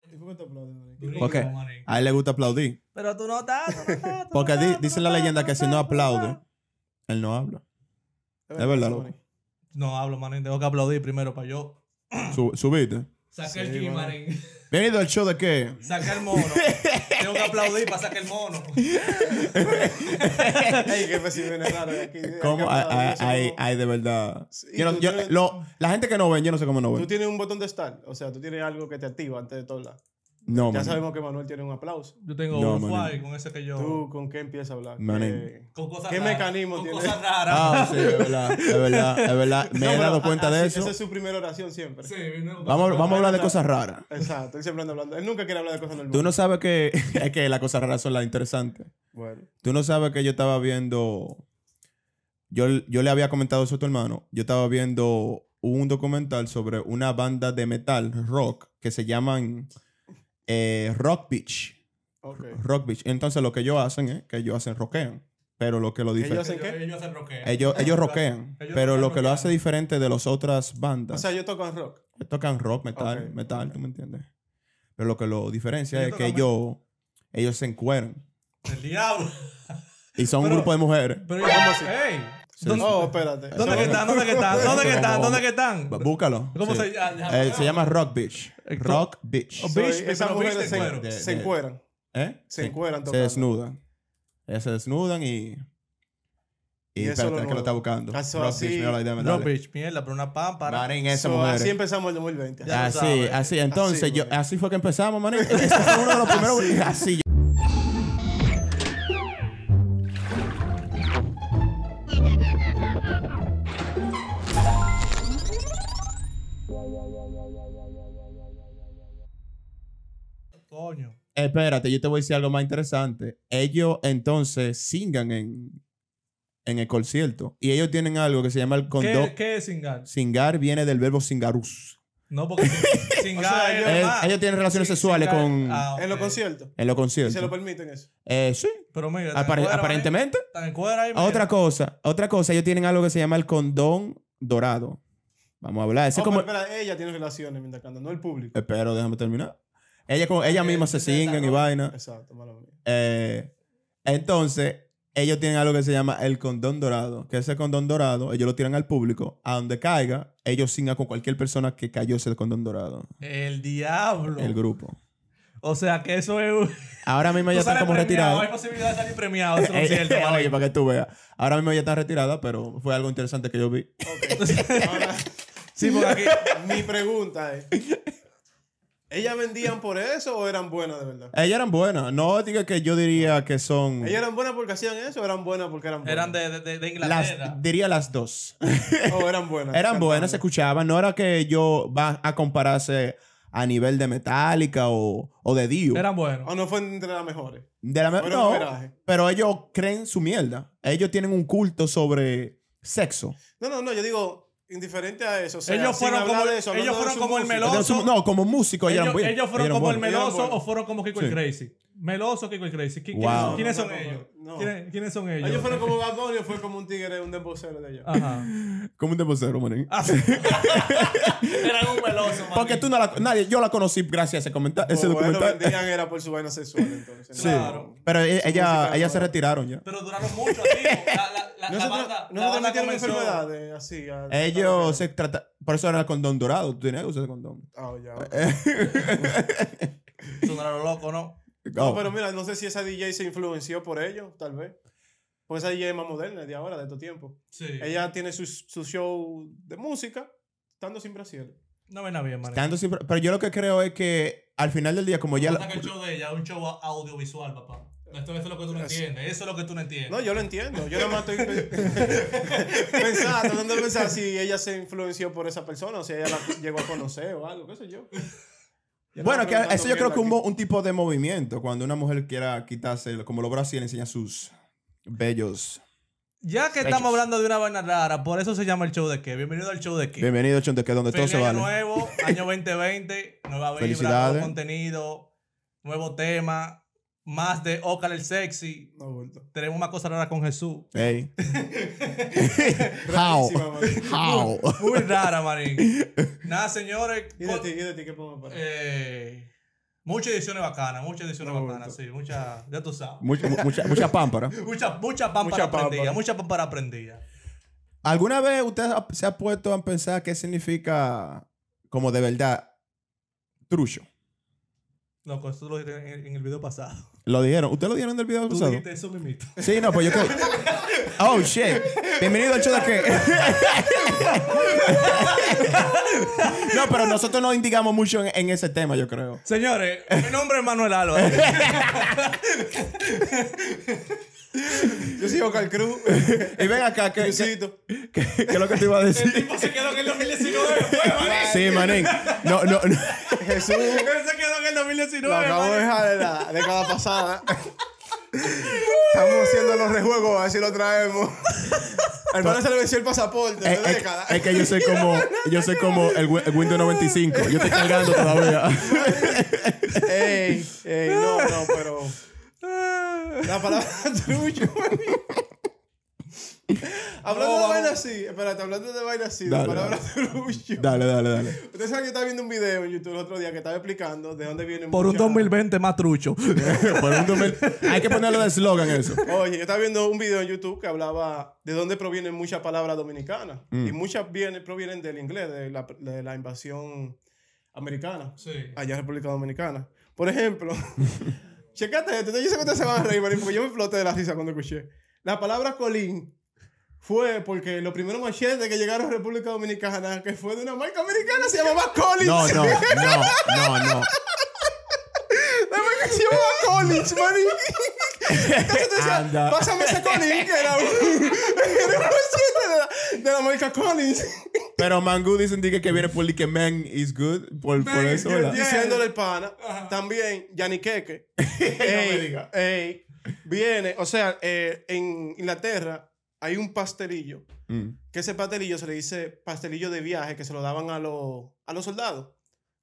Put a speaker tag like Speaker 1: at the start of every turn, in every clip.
Speaker 1: que te aplauden, marico.
Speaker 2: Rico,
Speaker 3: Porque-
Speaker 2: marico.
Speaker 3: A él le gusta aplaudir.
Speaker 4: Pero tú no estás, tú no estás. tú
Speaker 3: Porque
Speaker 4: no
Speaker 3: di-
Speaker 4: estás, tú
Speaker 3: dice
Speaker 4: no
Speaker 3: la
Speaker 4: estás,
Speaker 3: leyenda
Speaker 4: tú
Speaker 3: que
Speaker 4: no
Speaker 3: si
Speaker 4: estás,
Speaker 3: no
Speaker 4: tú no
Speaker 3: aplaude,
Speaker 4: estás.
Speaker 3: Él no habla.
Speaker 1: eso,
Speaker 3: verdad, loco.
Speaker 1: marico.
Speaker 4: No hablo, manín. Tengo que aplaudir primero para yo.
Speaker 3: Su- subiste.
Speaker 2: Saca
Speaker 1: Sí,
Speaker 2: el ki,
Speaker 1: mano.
Speaker 2: manín.
Speaker 3: Bienvenido al show de qué?
Speaker 4: Saca el mono. Tengo que aplaudir para sacar el mono.
Speaker 1: Ey, que pues, si viene raro de aquí.
Speaker 3: ¿Cómo?
Speaker 1: Acá está,
Speaker 3: Ay,
Speaker 1: eso,
Speaker 3: ay,
Speaker 1: como-
Speaker 3: ay, de verdad.
Speaker 1: Sí,
Speaker 3: Yo no-
Speaker 1: tú
Speaker 3: yo-
Speaker 1: tienes-
Speaker 3: lo- la gente que no ven, yo no sé cómo no
Speaker 1: Tú
Speaker 3: ven.
Speaker 1: tienes un botón de start. O sea, tú tienes algo que te activa antes de todo. lado.
Speaker 3: No,
Speaker 1: Ya
Speaker 3: man.
Speaker 1: sabemos que Manuel tiene un aplauso.
Speaker 4: Yo tengo
Speaker 3: No,
Speaker 4: un
Speaker 3: manín.
Speaker 4: fly con ese que yo.
Speaker 1: ¿Tú con qué empiezas a hablar?
Speaker 3: Manín.
Speaker 1: Eh,
Speaker 4: con cosas
Speaker 1: ¿Qué
Speaker 4: raras,
Speaker 1: mecanismo
Speaker 4: con
Speaker 1: tiene?
Speaker 4: cosas raras.
Speaker 3: Ah, sí, es verdad, es verdad, es verdad. Me
Speaker 1: no,
Speaker 3: he
Speaker 1: pero
Speaker 3: dado
Speaker 1: a-
Speaker 3: cuenta de
Speaker 1: así-
Speaker 3: eso.
Speaker 1: Esa es su primera oración siempre.
Speaker 2: Sí, vino-
Speaker 3: Vamos, vamos a hablar de
Speaker 1: Ahí
Speaker 3: cosas raras.
Speaker 1: Exacto, él siempre anda hablando. Él nunca quiere hablar de cosas normales.
Speaker 3: Tú no sabes que, es que las cosas raras son las interesantes.
Speaker 1: Bueno.
Speaker 3: Tú no sabes que yo estaba viendo. Yo, yo le había comentado eso a tu hermano. Yo estaba viendo un documental sobre una banda de metal, rock, que se llaman eh, Rock Beach.
Speaker 1: Ok.
Speaker 3: Rock Beach. Entonces lo que ellos hacen es que ellos hacen rockean. Pero lo que lo
Speaker 1: Ellos
Speaker 3: diferencia.
Speaker 1: hacen-
Speaker 2: Ellos,
Speaker 1: ¿Qué?
Speaker 2: ellos hacen roquea.
Speaker 3: Ellos, ellos rockean.
Speaker 2: Ellos
Speaker 3: pero
Speaker 2: tocan
Speaker 3: lo que lo
Speaker 2: rockeando.
Speaker 3: hace diferente de las otras
Speaker 1: O
Speaker 3: bandas.
Speaker 1: sea, yo toco en rock.
Speaker 3: tocan rock, metal,
Speaker 1: Ok,
Speaker 3: metal, ¿tú me entiendes? Pero lo que lo diferencia
Speaker 4: Ellos
Speaker 3: es que
Speaker 4: tocan
Speaker 3: ellos, ellos se encueran.
Speaker 4: El diablo.
Speaker 3: Y son un
Speaker 4: Pero-
Speaker 3: grupo de mujeres.
Speaker 4: Pero Ey,
Speaker 3: Sí,
Speaker 4: ¿dónde,
Speaker 1: Oh, espérate.
Speaker 4: ¿dónde que
Speaker 1: Eso-
Speaker 4: están? ¿Dónde que están? ¿Dónde que están?
Speaker 3: Como-
Speaker 4: ¿Dónde que están?
Speaker 3: Bú- Búscalo.
Speaker 4: ¿Cómo
Speaker 3: sí.
Speaker 4: se llama? Ah.
Speaker 3: Eh, se llama Rock Beach. Rock Beach.
Speaker 4: Oh,
Speaker 1: soy-
Speaker 4: Bitch,
Speaker 1: Esas
Speaker 4: pero
Speaker 1: mujeres
Speaker 4: bitch
Speaker 1: se,
Speaker 4: de cuero.
Speaker 3: De-
Speaker 1: se
Speaker 3: de-
Speaker 1: encueran.
Speaker 3: ¿Eh?
Speaker 1: Se encueran
Speaker 3: Se
Speaker 1: tocando.
Speaker 3: desnudan. Eh, se desnudan y... Y,
Speaker 1: Y eso lo
Speaker 3: espérate, es que lo
Speaker 1: nuevo.
Speaker 3: está buscando.
Speaker 1: Eso
Speaker 3: Rock
Speaker 1: así-
Speaker 3: Beach, mira la idea, me
Speaker 4: No,
Speaker 3: dale.
Speaker 4: bitch, mierda, pero una pámpara.
Speaker 3: Marín, esa
Speaker 1: So,
Speaker 3: mujer.
Speaker 1: así empezamos el 2020.
Speaker 4: Ya lo
Speaker 3: Así,
Speaker 4: sabes.
Speaker 3: así. Entonces,
Speaker 1: Así,
Speaker 3: yo,
Speaker 1: güey.
Speaker 3: así fue que empezamos, manín. Este fue uno de los primeros... así.
Speaker 4: Coño.
Speaker 3: Espérate, yo te voy a decir algo más interesante. Ellos entonces singan en, en el concierto. Y ellos tienen algo que se llama el condón.
Speaker 4: ¿Qué, ¿Qué es singar?
Speaker 3: Singar viene del verbo singarus.
Speaker 4: No, porque singar
Speaker 1: O sea,
Speaker 4: es
Speaker 1: ellos-
Speaker 3: Eh,
Speaker 4: más.
Speaker 3: ellos tienen relaciones
Speaker 4: Sin-
Speaker 3: sexuales
Speaker 4: singar-
Speaker 3: con-
Speaker 4: Ah, ok.
Speaker 1: En los conciertos. Y se
Speaker 3: En los
Speaker 1: lo
Speaker 3: conciertos.
Speaker 1: permiten eso.
Speaker 3: Eh, sí,
Speaker 4: Pero mira, están en
Speaker 3: apare-
Speaker 4: cuero ahí,
Speaker 3: aparentemente.
Speaker 4: están en cuero ahí, mira.
Speaker 3: Otra cosa, otra cosa, ellos tienen algo que se llama el condón dorado. Vamos a hablar. Ese
Speaker 1: Oh,
Speaker 3: es como...
Speaker 1: pero espera, ella tiene relaciones mientras canta, no el público.
Speaker 3: Eh, Pero déjame terminar. Ella, con, ella
Speaker 4: Ok,
Speaker 3: misma se
Speaker 4: ustedes
Speaker 3: singan y
Speaker 4: saben.
Speaker 3: vaina.
Speaker 1: Exacto, mala mía.
Speaker 3: Eh, entonces, ellos tienen algo que se llama el condón dorado. Que ese condón dorado, ellos lo tiran al público. A donde caiga, ellos singan con cualquier persona que cayó ese condón dorado.
Speaker 4: El diablo.
Speaker 3: El grupo.
Speaker 4: o sea, que eso es.
Speaker 3: Ahora mismo
Speaker 4: Tú
Speaker 3: ya están
Speaker 4: sales
Speaker 3: como
Speaker 4: premiado,
Speaker 3: retirados.
Speaker 4: Hay posibilidad de salir premiado de ese
Speaker 3: Ey,
Speaker 4: concierto,
Speaker 3: ey,
Speaker 4: manín.
Speaker 3: oye, para que tú veas. Ahora mismo ya están retiradas, pero fue algo interesante que yo vi.
Speaker 1: Ok. Ahora,
Speaker 4: Sí, porque aquí.
Speaker 1: mi pregunta es: ¿ellas vendían por eso o eran buenas de verdad?
Speaker 3: Ellas eran buenas. No diga que yo diría que son.
Speaker 1: ¿Ellas eran buenas porque hacían eso o eran buenas porque eran buenas?
Speaker 4: Eran de, de- de- de Inglaterra.
Speaker 3: Las, diría las dos.
Speaker 1: O eran buenas.
Speaker 3: eran buenas, se
Speaker 1: cantando.
Speaker 3: escuchaban. No era que yo va a compararse a nivel de Metallica o, o de Dio.
Speaker 4: Eran buenos.
Speaker 1: O no fueron entre las mejores.
Speaker 3: De la me-
Speaker 1: Fueron
Speaker 3: no,
Speaker 1: veraje.
Speaker 3: pero ellos creen su mierda. Ellos tienen un culto sobre sexo.
Speaker 1: No, no, no, yo digo, indiferente a eso. o sea,
Speaker 4: Ellos
Speaker 1: sin
Speaker 4: fueron
Speaker 1: hablar
Speaker 4: como-
Speaker 1: de eso,
Speaker 4: ellos
Speaker 1: hablando de
Speaker 4: fueron
Speaker 1: su
Speaker 4: como el
Speaker 1: música.
Speaker 4: melón.
Speaker 3: Ellos son- no, como músicos,
Speaker 4: Ellos,
Speaker 3: ellos, eran buenos.
Speaker 4: ellos fueron
Speaker 3: eran
Speaker 4: como el
Speaker 3: buenos.
Speaker 1: Ellos eran
Speaker 4: Meloso o
Speaker 1: buenos.
Speaker 4: fueron como Kiko el
Speaker 3: Sí.
Speaker 4: Crazy. Meloso o Kiko el Crazy. ¿Qui-
Speaker 3: Wow.
Speaker 4: ¿Quiénes, quiénes
Speaker 1: No,
Speaker 4: son
Speaker 1: no, no,
Speaker 4: ellos?
Speaker 1: no.
Speaker 4: ¿Quiénes, quiénes son ellos?
Speaker 1: Ellos fueron como Bad Bunny o fue como un tigre, un dembocero de ellos.
Speaker 3: Ah,
Speaker 4: Ajá.
Speaker 3: Como un depósito, manín.
Speaker 4: Ah, sí. Eran un meloso, manín.
Speaker 3: Porque tú no la, nadie, yo la conocí gracias a ese, comenta- ese
Speaker 1: Como ellos
Speaker 3: documental.
Speaker 1: vendían era por su vaina sexual, entonces.
Speaker 3: Sí.
Speaker 4: Claro.
Speaker 3: Pero e- ella,
Speaker 1: música
Speaker 3: ellas se
Speaker 1: fuera.
Speaker 3: retiraron ya.
Speaker 4: Pero duraron mucho, activos. La, la, la,
Speaker 1: No
Speaker 4: la
Speaker 1: se, tra-
Speaker 4: banda,
Speaker 1: no
Speaker 4: la
Speaker 1: se
Speaker 4: banda
Speaker 1: transmitieron
Speaker 4: comenzó-
Speaker 1: enfermedades así. a-
Speaker 3: Ellos se trataron. Por eso era el condón dorado. Tú tenías que usar condón.
Speaker 1: Ah, ya.
Speaker 3: Eh,
Speaker 4: Eso era lo loco, ¿no?
Speaker 1: No,
Speaker 3: Oh.
Speaker 1: pero mira, no sé si esa DJ se influenció por ellos, tal vez. Pues esa DJ es más moderna de ahora, de estos tiempos.
Speaker 4: Sí.
Speaker 1: Ella tiene su, su show de música, estando sin brasier.
Speaker 4: No ven a bien, manín.
Speaker 3: Tanto siempre- pero yo lo que creo es que al final del día, como ya.
Speaker 4: Pasa
Speaker 3: la-
Speaker 4: que el show de ella es un show au- audiovisual, papá. Esto, eso es lo que tú no
Speaker 1: Eso.
Speaker 4: entiendes. Eso es lo que tú no entiendes.
Speaker 1: No, yo lo entiendo. Yo nada más estoy pe- pensando, tratando de pensar si ella se influenció por esa persona o si ella la llegó a conocer o algo, qué sé yo. Yo
Speaker 3: Bueno,
Speaker 1: nada más
Speaker 3: que
Speaker 1: preguntando
Speaker 3: eso yo creo
Speaker 1: mierda
Speaker 3: que un,
Speaker 1: aquí.
Speaker 3: mo- un tipo de movimiento. Cuando una mujer quiera quitarse, como los brasileños, enseña sus bellos.
Speaker 4: Ya que
Speaker 3: Hechos.
Speaker 4: estamos hablando de una vaina rara, por eso se llama el show de qué. Bienvenido al show de qué.
Speaker 3: Bienvenido, Chonte, que donde todo
Speaker 4: Feliz año
Speaker 3: se vale.
Speaker 4: nuevo, año 2020, nueva vibra,
Speaker 3: Felicidades.
Speaker 4: nuevo contenido, nuevo tema, más de Ocal el Sexy.
Speaker 1: No, bulto.
Speaker 4: Tenemos más cosas raras con Jesús.
Speaker 3: Ey. How.
Speaker 1: Rapidísima, María.
Speaker 3: How.
Speaker 4: Muy rara, Marín. Nada, señores.
Speaker 1: ¿Y
Speaker 3: Eh.
Speaker 1: de ti? ¿Y de ti qué pongo para?
Speaker 4: Eh, Muchas ediciones bacanas, muchas ediciones
Speaker 1: Me
Speaker 4: bacanas,
Speaker 1: gusta.
Speaker 4: sí, muchas, ya tú sabes.
Speaker 3: Mucha, mu- mucha, mucha pámpara.
Speaker 4: Mucha, mucha pámpara
Speaker 1: Mucha
Speaker 4: aprendida,
Speaker 1: pámpara.
Speaker 4: mucha pámpara aprendida.
Speaker 3: ¿Alguna vez usted ha- se ha puesto a pensar qué significa, como de verdad, trucho?
Speaker 4: Loco, eso lo dije en, en el video pasado.
Speaker 3: Lo dijeron. ¿Usted lo dijeron del video
Speaker 4: Tú
Speaker 3: pasado?
Speaker 4: dijiste eso mimito.
Speaker 3: Sí, no, pues yo creo. Oh, shit. Bienvenido al show de que. no, pero nosotros no indicamos mucho en, en ese tema, yo creo.
Speaker 4: Señores, mi nombre es Manuel Álvarez.
Speaker 1: Yo soy Oscar Cruz.
Speaker 3: Y ven acá, ¿qué, qué,
Speaker 1: Crucito.
Speaker 3: qué- qué es lo que te iba a
Speaker 4: El
Speaker 3: decir?
Speaker 4: tipo se quedó en el 2019, fue, manín.
Speaker 3: Sí, manín. No, no, no.
Speaker 1: Este Jesús.
Speaker 4: Él se quedó en el
Speaker 1: Lo
Speaker 4: 2019,
Speaker 1: acabo de
Speaker 4: manín.
Speaker 1: dejar de la década pasada. Estamos haciendo los rejuegos, a ver si lo traemos. Al hermano se le venció el pasaporte
Speaker 3: Es,
Speaker 1: de
Speaker 3: es-
Speaker 1: década.
Speaker 3: Eh, es que yo soy como, yo soy como el, Win- el Windows 95. Yo estoy cargando todavía.
Speaker 1: Ey, ey, no, no, pero. La palabra trucho, Hablando de
Speaker 4: vamos.
Speaker 1: vaina así, espérate, hablando de vaina así,
Speaker 3: Dale,
Speaker 1: la palabra trucho.
Speaker 3: Dale, dale, dale.
Speaker 1: Ustedes saben que yo estaba viendo un video en YouTube el otro día que estaba explicando de dónde viene
Speaker 4: Por un
Speaker 1: mucha-
Speaker 4: 2020 más trucho.
Speaker 3: Por un domen- Hay que ponerlo de eslogan eso.
Speaker 1: Oye, yo estaba viendo un video en YouTube que hablaba de dónde provienen muchas palabras dominicanas. Y muchas vienen, provienen del inglés, de la, de la invasión americana.
Speaker 4: Sí.
Speaker 1: Allá en República Dominicana. Por ejemplo, checate esto. Yo sé que ustedes se van a reír, Marín, porque yo me floté de la risa cuando escuché. La palabra colín fue porque los primeros machetes que llegaron a República Dominicana, que fue de una marca americana, se llamaba Collins.
Speaker 3: No, no, no, no, no.
Speaker 1: La marca se llamaba Collins, Marín. Entonces te decía,
Speaker 3: Anda.
Speaker 1: pásame ese Collins, que era un, era un machete de la, de la marca Collins.
Speaker 3: Pero Mangú dicen que, que viene por el que man is good. Por, por
Speaker 4: Man is
Speaker 3: eso,
Speaker 4: good,
Speaker 3: ¿verdad?
Speaker 4: yeah.
Speaker 1: diciéndole el pana.
Speaker 4: Ajá.
Speaker 1: También, Yaniqueque.
Speaker 3: me
Speaker 1: ey,
Speaker 3: diga.
Speaker 1: ey, viene, o sea, eh, en Inglaterra hay un pastelillo.
Speaker 3: Mm.
Speaker 1: Que ese pastelillo se le dice pastelillo de viaje que se lo daban a, los a los soldados.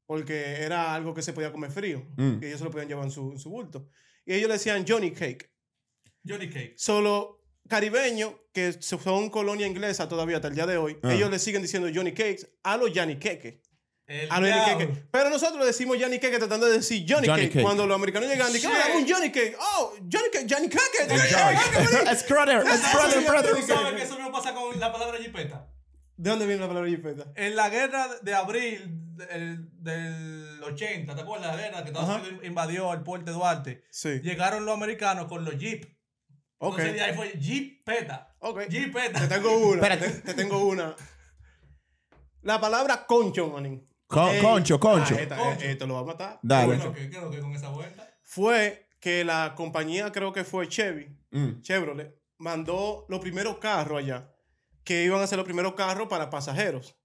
Speaker 1: Porque era algo que se podía comer frío.
Speaker 3: Mm.
Speaker 1: Y ellos se lo podían llevar en su, en su bulto. Y ellos le decían Johnny Cake.
Speaker 4: Johnny Cakes.
Speaker 1: Solo caribeños, que son colonia inglesa todavía hasta el día de hoy,
Speaker 3: Ah.
Speaker 1: ellos le siguen diciendo Johnny Cakes a los Yaniqueques.
Speaker 4: El
Speaker 1: A los
Speaker 4: diablo.
Speaker 1: Yannick Cake. Pero nosotros le decimos Johnny Cake tratando de decir Johnny,
Speaker 3: Johnny
Speaker 1: Cake.
Speaker 3: Cake.
Speaker 1: Cuando los americanos llegan, dicen,
Speaker 4: Sí.
Speaker 1: ah, un Johnny Cake. Oh, Johnny Cake, Johnny Cake. Johnny Cake.
Speaker 3: It's brother, it's brother, brother.
Speaker 4: ¿Tú sabes que eso mismo pasa con la palabra jipeta?
Speaker 1: ¿De dónde viene la palabra jipeta?
Speaker 4: En la guerra de abril del, del 80, ¿te acuerdas? La guerra que Estados
Speaker 1: Ajá.
Speaker 4: Unidos invadió el puerto de Duarte.
Speaker 1: Sí.
Speaker 4: Llegaron los americanos con los jeep.
Speaker 1: Ok.
Speaker 4: Entonces de ahí fue jipeta.
Speaker 1: Ok. Te
Speaker 4: Jipeta.
Speaker 1: tengo una.
Speaker 3: Espérate.
Speaker 1: Te, te tengo una. La palabra concho, manín.
Speaker 3: Con-
Speaker 1: Ey.
Speaker 3: concho, concho.
Speaker 1: Ah, esta-
Speaker 4: Concho.
Speaker 1: eh, Esto lo va a matar.
Speaker 4: ¿Qué
Speaker 3: Dale.
Speaker 4: es lo que- qué es lo que con esa vuelta?
Speaker 1: Fue que la compañía, creo que fue Chevy,
Speaker 3: Mm.
Speaker 1: Chevrolet, mandó los primeros carros allá, que iban a ser los primeros carros para pasajeros.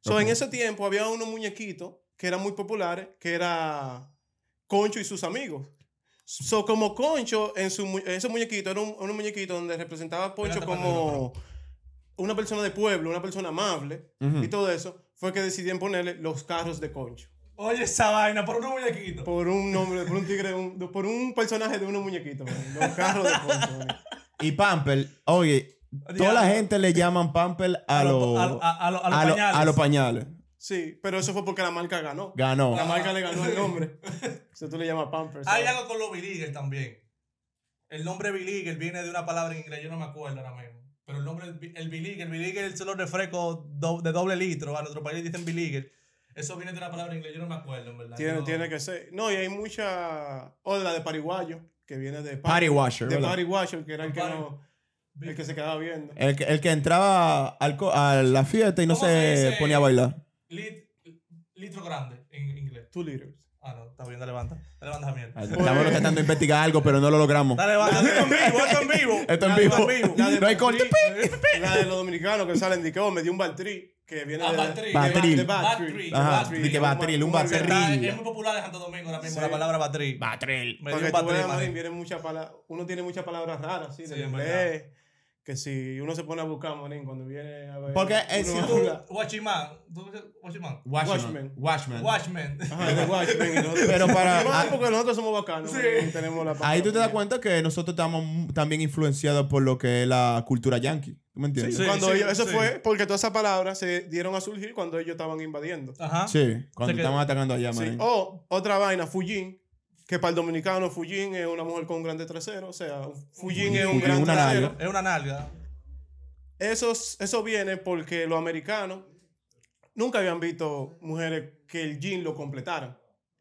Speaker 1: So,
Speaker 3: Ok.
Speaker 1: En ese tiempo había unos muñequitos que eran muy populares, que era Concho y sus amigos. So, como Concho, en, su, mu- en ese muñequito, era un, un muñequito donde representaba a Poncho
Speaker 4: Espérate,
Speaker 1: como una persona de pueblo, una persona amable
Speaker 3: Ujú.
Speaker 1: y todo eso, fue que decidieron ponerle los carros de Concho.
Speaker 4: Oye, esa vaina, por unos muñequitos.
Speaker 1: Por un nombre, por un tigre, un- por un personaje de unos muñequitos, man. los carros de Concho. man.
Speaker 3: Y Pamper, oye, toda la gente le llaman Pamper a,
Speaker 4: A
Speaker 3: los
Speaker 4: lo- a- a- a lo- a los
Speaker 3: lo-
Speaker 4: pañales.
Speaker 3: a los pañales.
Speaker 1: Sí, pero eso fue porque la marca ganó.
Speaker 3: Ganó.
Speaker 1: La marca le ganó el nombre. Eso tú le llamas Pampers.
Speaker 4: Hay
Speaker 1: ¿sabes?
Speaker 4: algo con los Beleaguer también. El nombre Beleaguer viene de una palabra en inglés, yo no me acuerdo ahora mismo. Pero el nombre, el Beleaguer, Beleaguer son los refrescos do- de doble litro. A nuestro país dicen Beleaguer. Eso viene de una palabra en inglés, yo no me acuerdo, en verdad.
Speaker 1: Tiene,
Speaker 4: Yo-
Speaker 1: tiene que ser. No, y hay mucha. O la de Pariguayo, que viene de. Par-
Speaker 3: Party washer,
Speaker 1: De
Speaker 3: ¿verdad? Eh.
Speaker 1: Pariguayo, que era el que,
Speaker 4: Party.
Speaker 1: no- el que se quedaba viendo.
Speaker 3: El, que- el que entraba al co- a la fiesta y no
Speaker 4: ¿Cómo se
Speaker 3: se
Speaker 4: dice?
Speaker 3: ponía a bailar.
Speaker 4: Lit- litro grande en inglés.
Speaker 1: Two liters.
Speaker 4: Ah, no, está bien, dale levanta. Dale levanta esa mierda.
Speaker 3: Estamos tratando de investigar algo, pero no lo logramos.
Speaker 4: Pues- Dale levanta, esto en vivo, esto en vivo.
Speaker 3: Esto en
Speaker 4: Dale,
Speaker 3: vivo.
Speaker 1: La de eh,
Speaker 3: No hay corte.
Speaker 1: La de los dominicanos que salen de que, oh, me dio un Baltri, que viene
Speaker 4: Ah,
Speaker 1: de.
Speaker 4: Baltrí.
Speaker 3: Baltrí.
Speaker 1: De Baltrí.
Speaker 4: Ajá,
Speaker 3: de que Baltrí, un Baltrí.
Speaker 4: Está- Es muy popular en Santo Domingo ahora mismo
Speaker 1: Sí.
Speaker 4: la palabra batriz.
Speaker 3: Batril.
Speaker 4: Me dio
Speaker 1: Porque
Speaker 4: un
Speaker 1: tú
Speaker 4: batriz,
Speaker 1: veas, Marín,
Speaker 4: madre.
Speaker 1: vienen muchas pala- uno tiene muchas palabras raras, sí,
Speaker 4: Sí,
Speaker 1: del
Speaker 4: es
Speaker 1: inglés. Que si uno se pone a buscar, Marín, cuando viene a ver.
Speaker 3: Porque, eh,
Speaker 1: uno
Speaker 3: si
Speaker 1: habla-
Speaker 4: Tú, Watchman. ¿Tú dices Watchman?
Speaker 1: Watchman.
Speaker 3: Watchman.
Speaker 4: Watchman.
Speaker 1: Ajá, de Watchmen y nosotros-
Speaker 3: Pero para-
Speaker 1: Y más porque nosotros somos bacanos.
Speaker 4: Sí.
Speaker 1: porque tenemos la
Speaker 3: Ahí tú te das cuenta que nosotros estamos m- también influenciados por lo que es la cultura yankee. ¿Tú me entiendes?
Speaker 4: Sí,
Speaker 1: cuando
Speaker 4: sí,
Speaker 1: ellos, eso
Speaker 4: sí.
Speaker 1: fue porque todas esas palabras se dieron a surgir cuando ellos estaban invadiendo.
Speaker 3: Ah,
Speaker 4: Ajá.
Speaker 3: Sí, cuando
Speaker 4: Se quedó. Oh.
Speaker 3: estaban atacando allá,
Speaker 1: Sí.
Speaker 3: man.
Speaker 1: O otra vaina, Fujin, que para el dominicano Fujin es una mujer con un grande trasero, o sea, un Fujin es un
Speaker 3: Fujin,
Speaker 1: gran
Speaker 3: una
Speaker 1: trasero.
Speaker 3: nalga.
Speaker 4: Es una nalga.
Speaker 1: Eso, eso viene porque los americanos nunca habían visto mujeres que el jean lo completaran.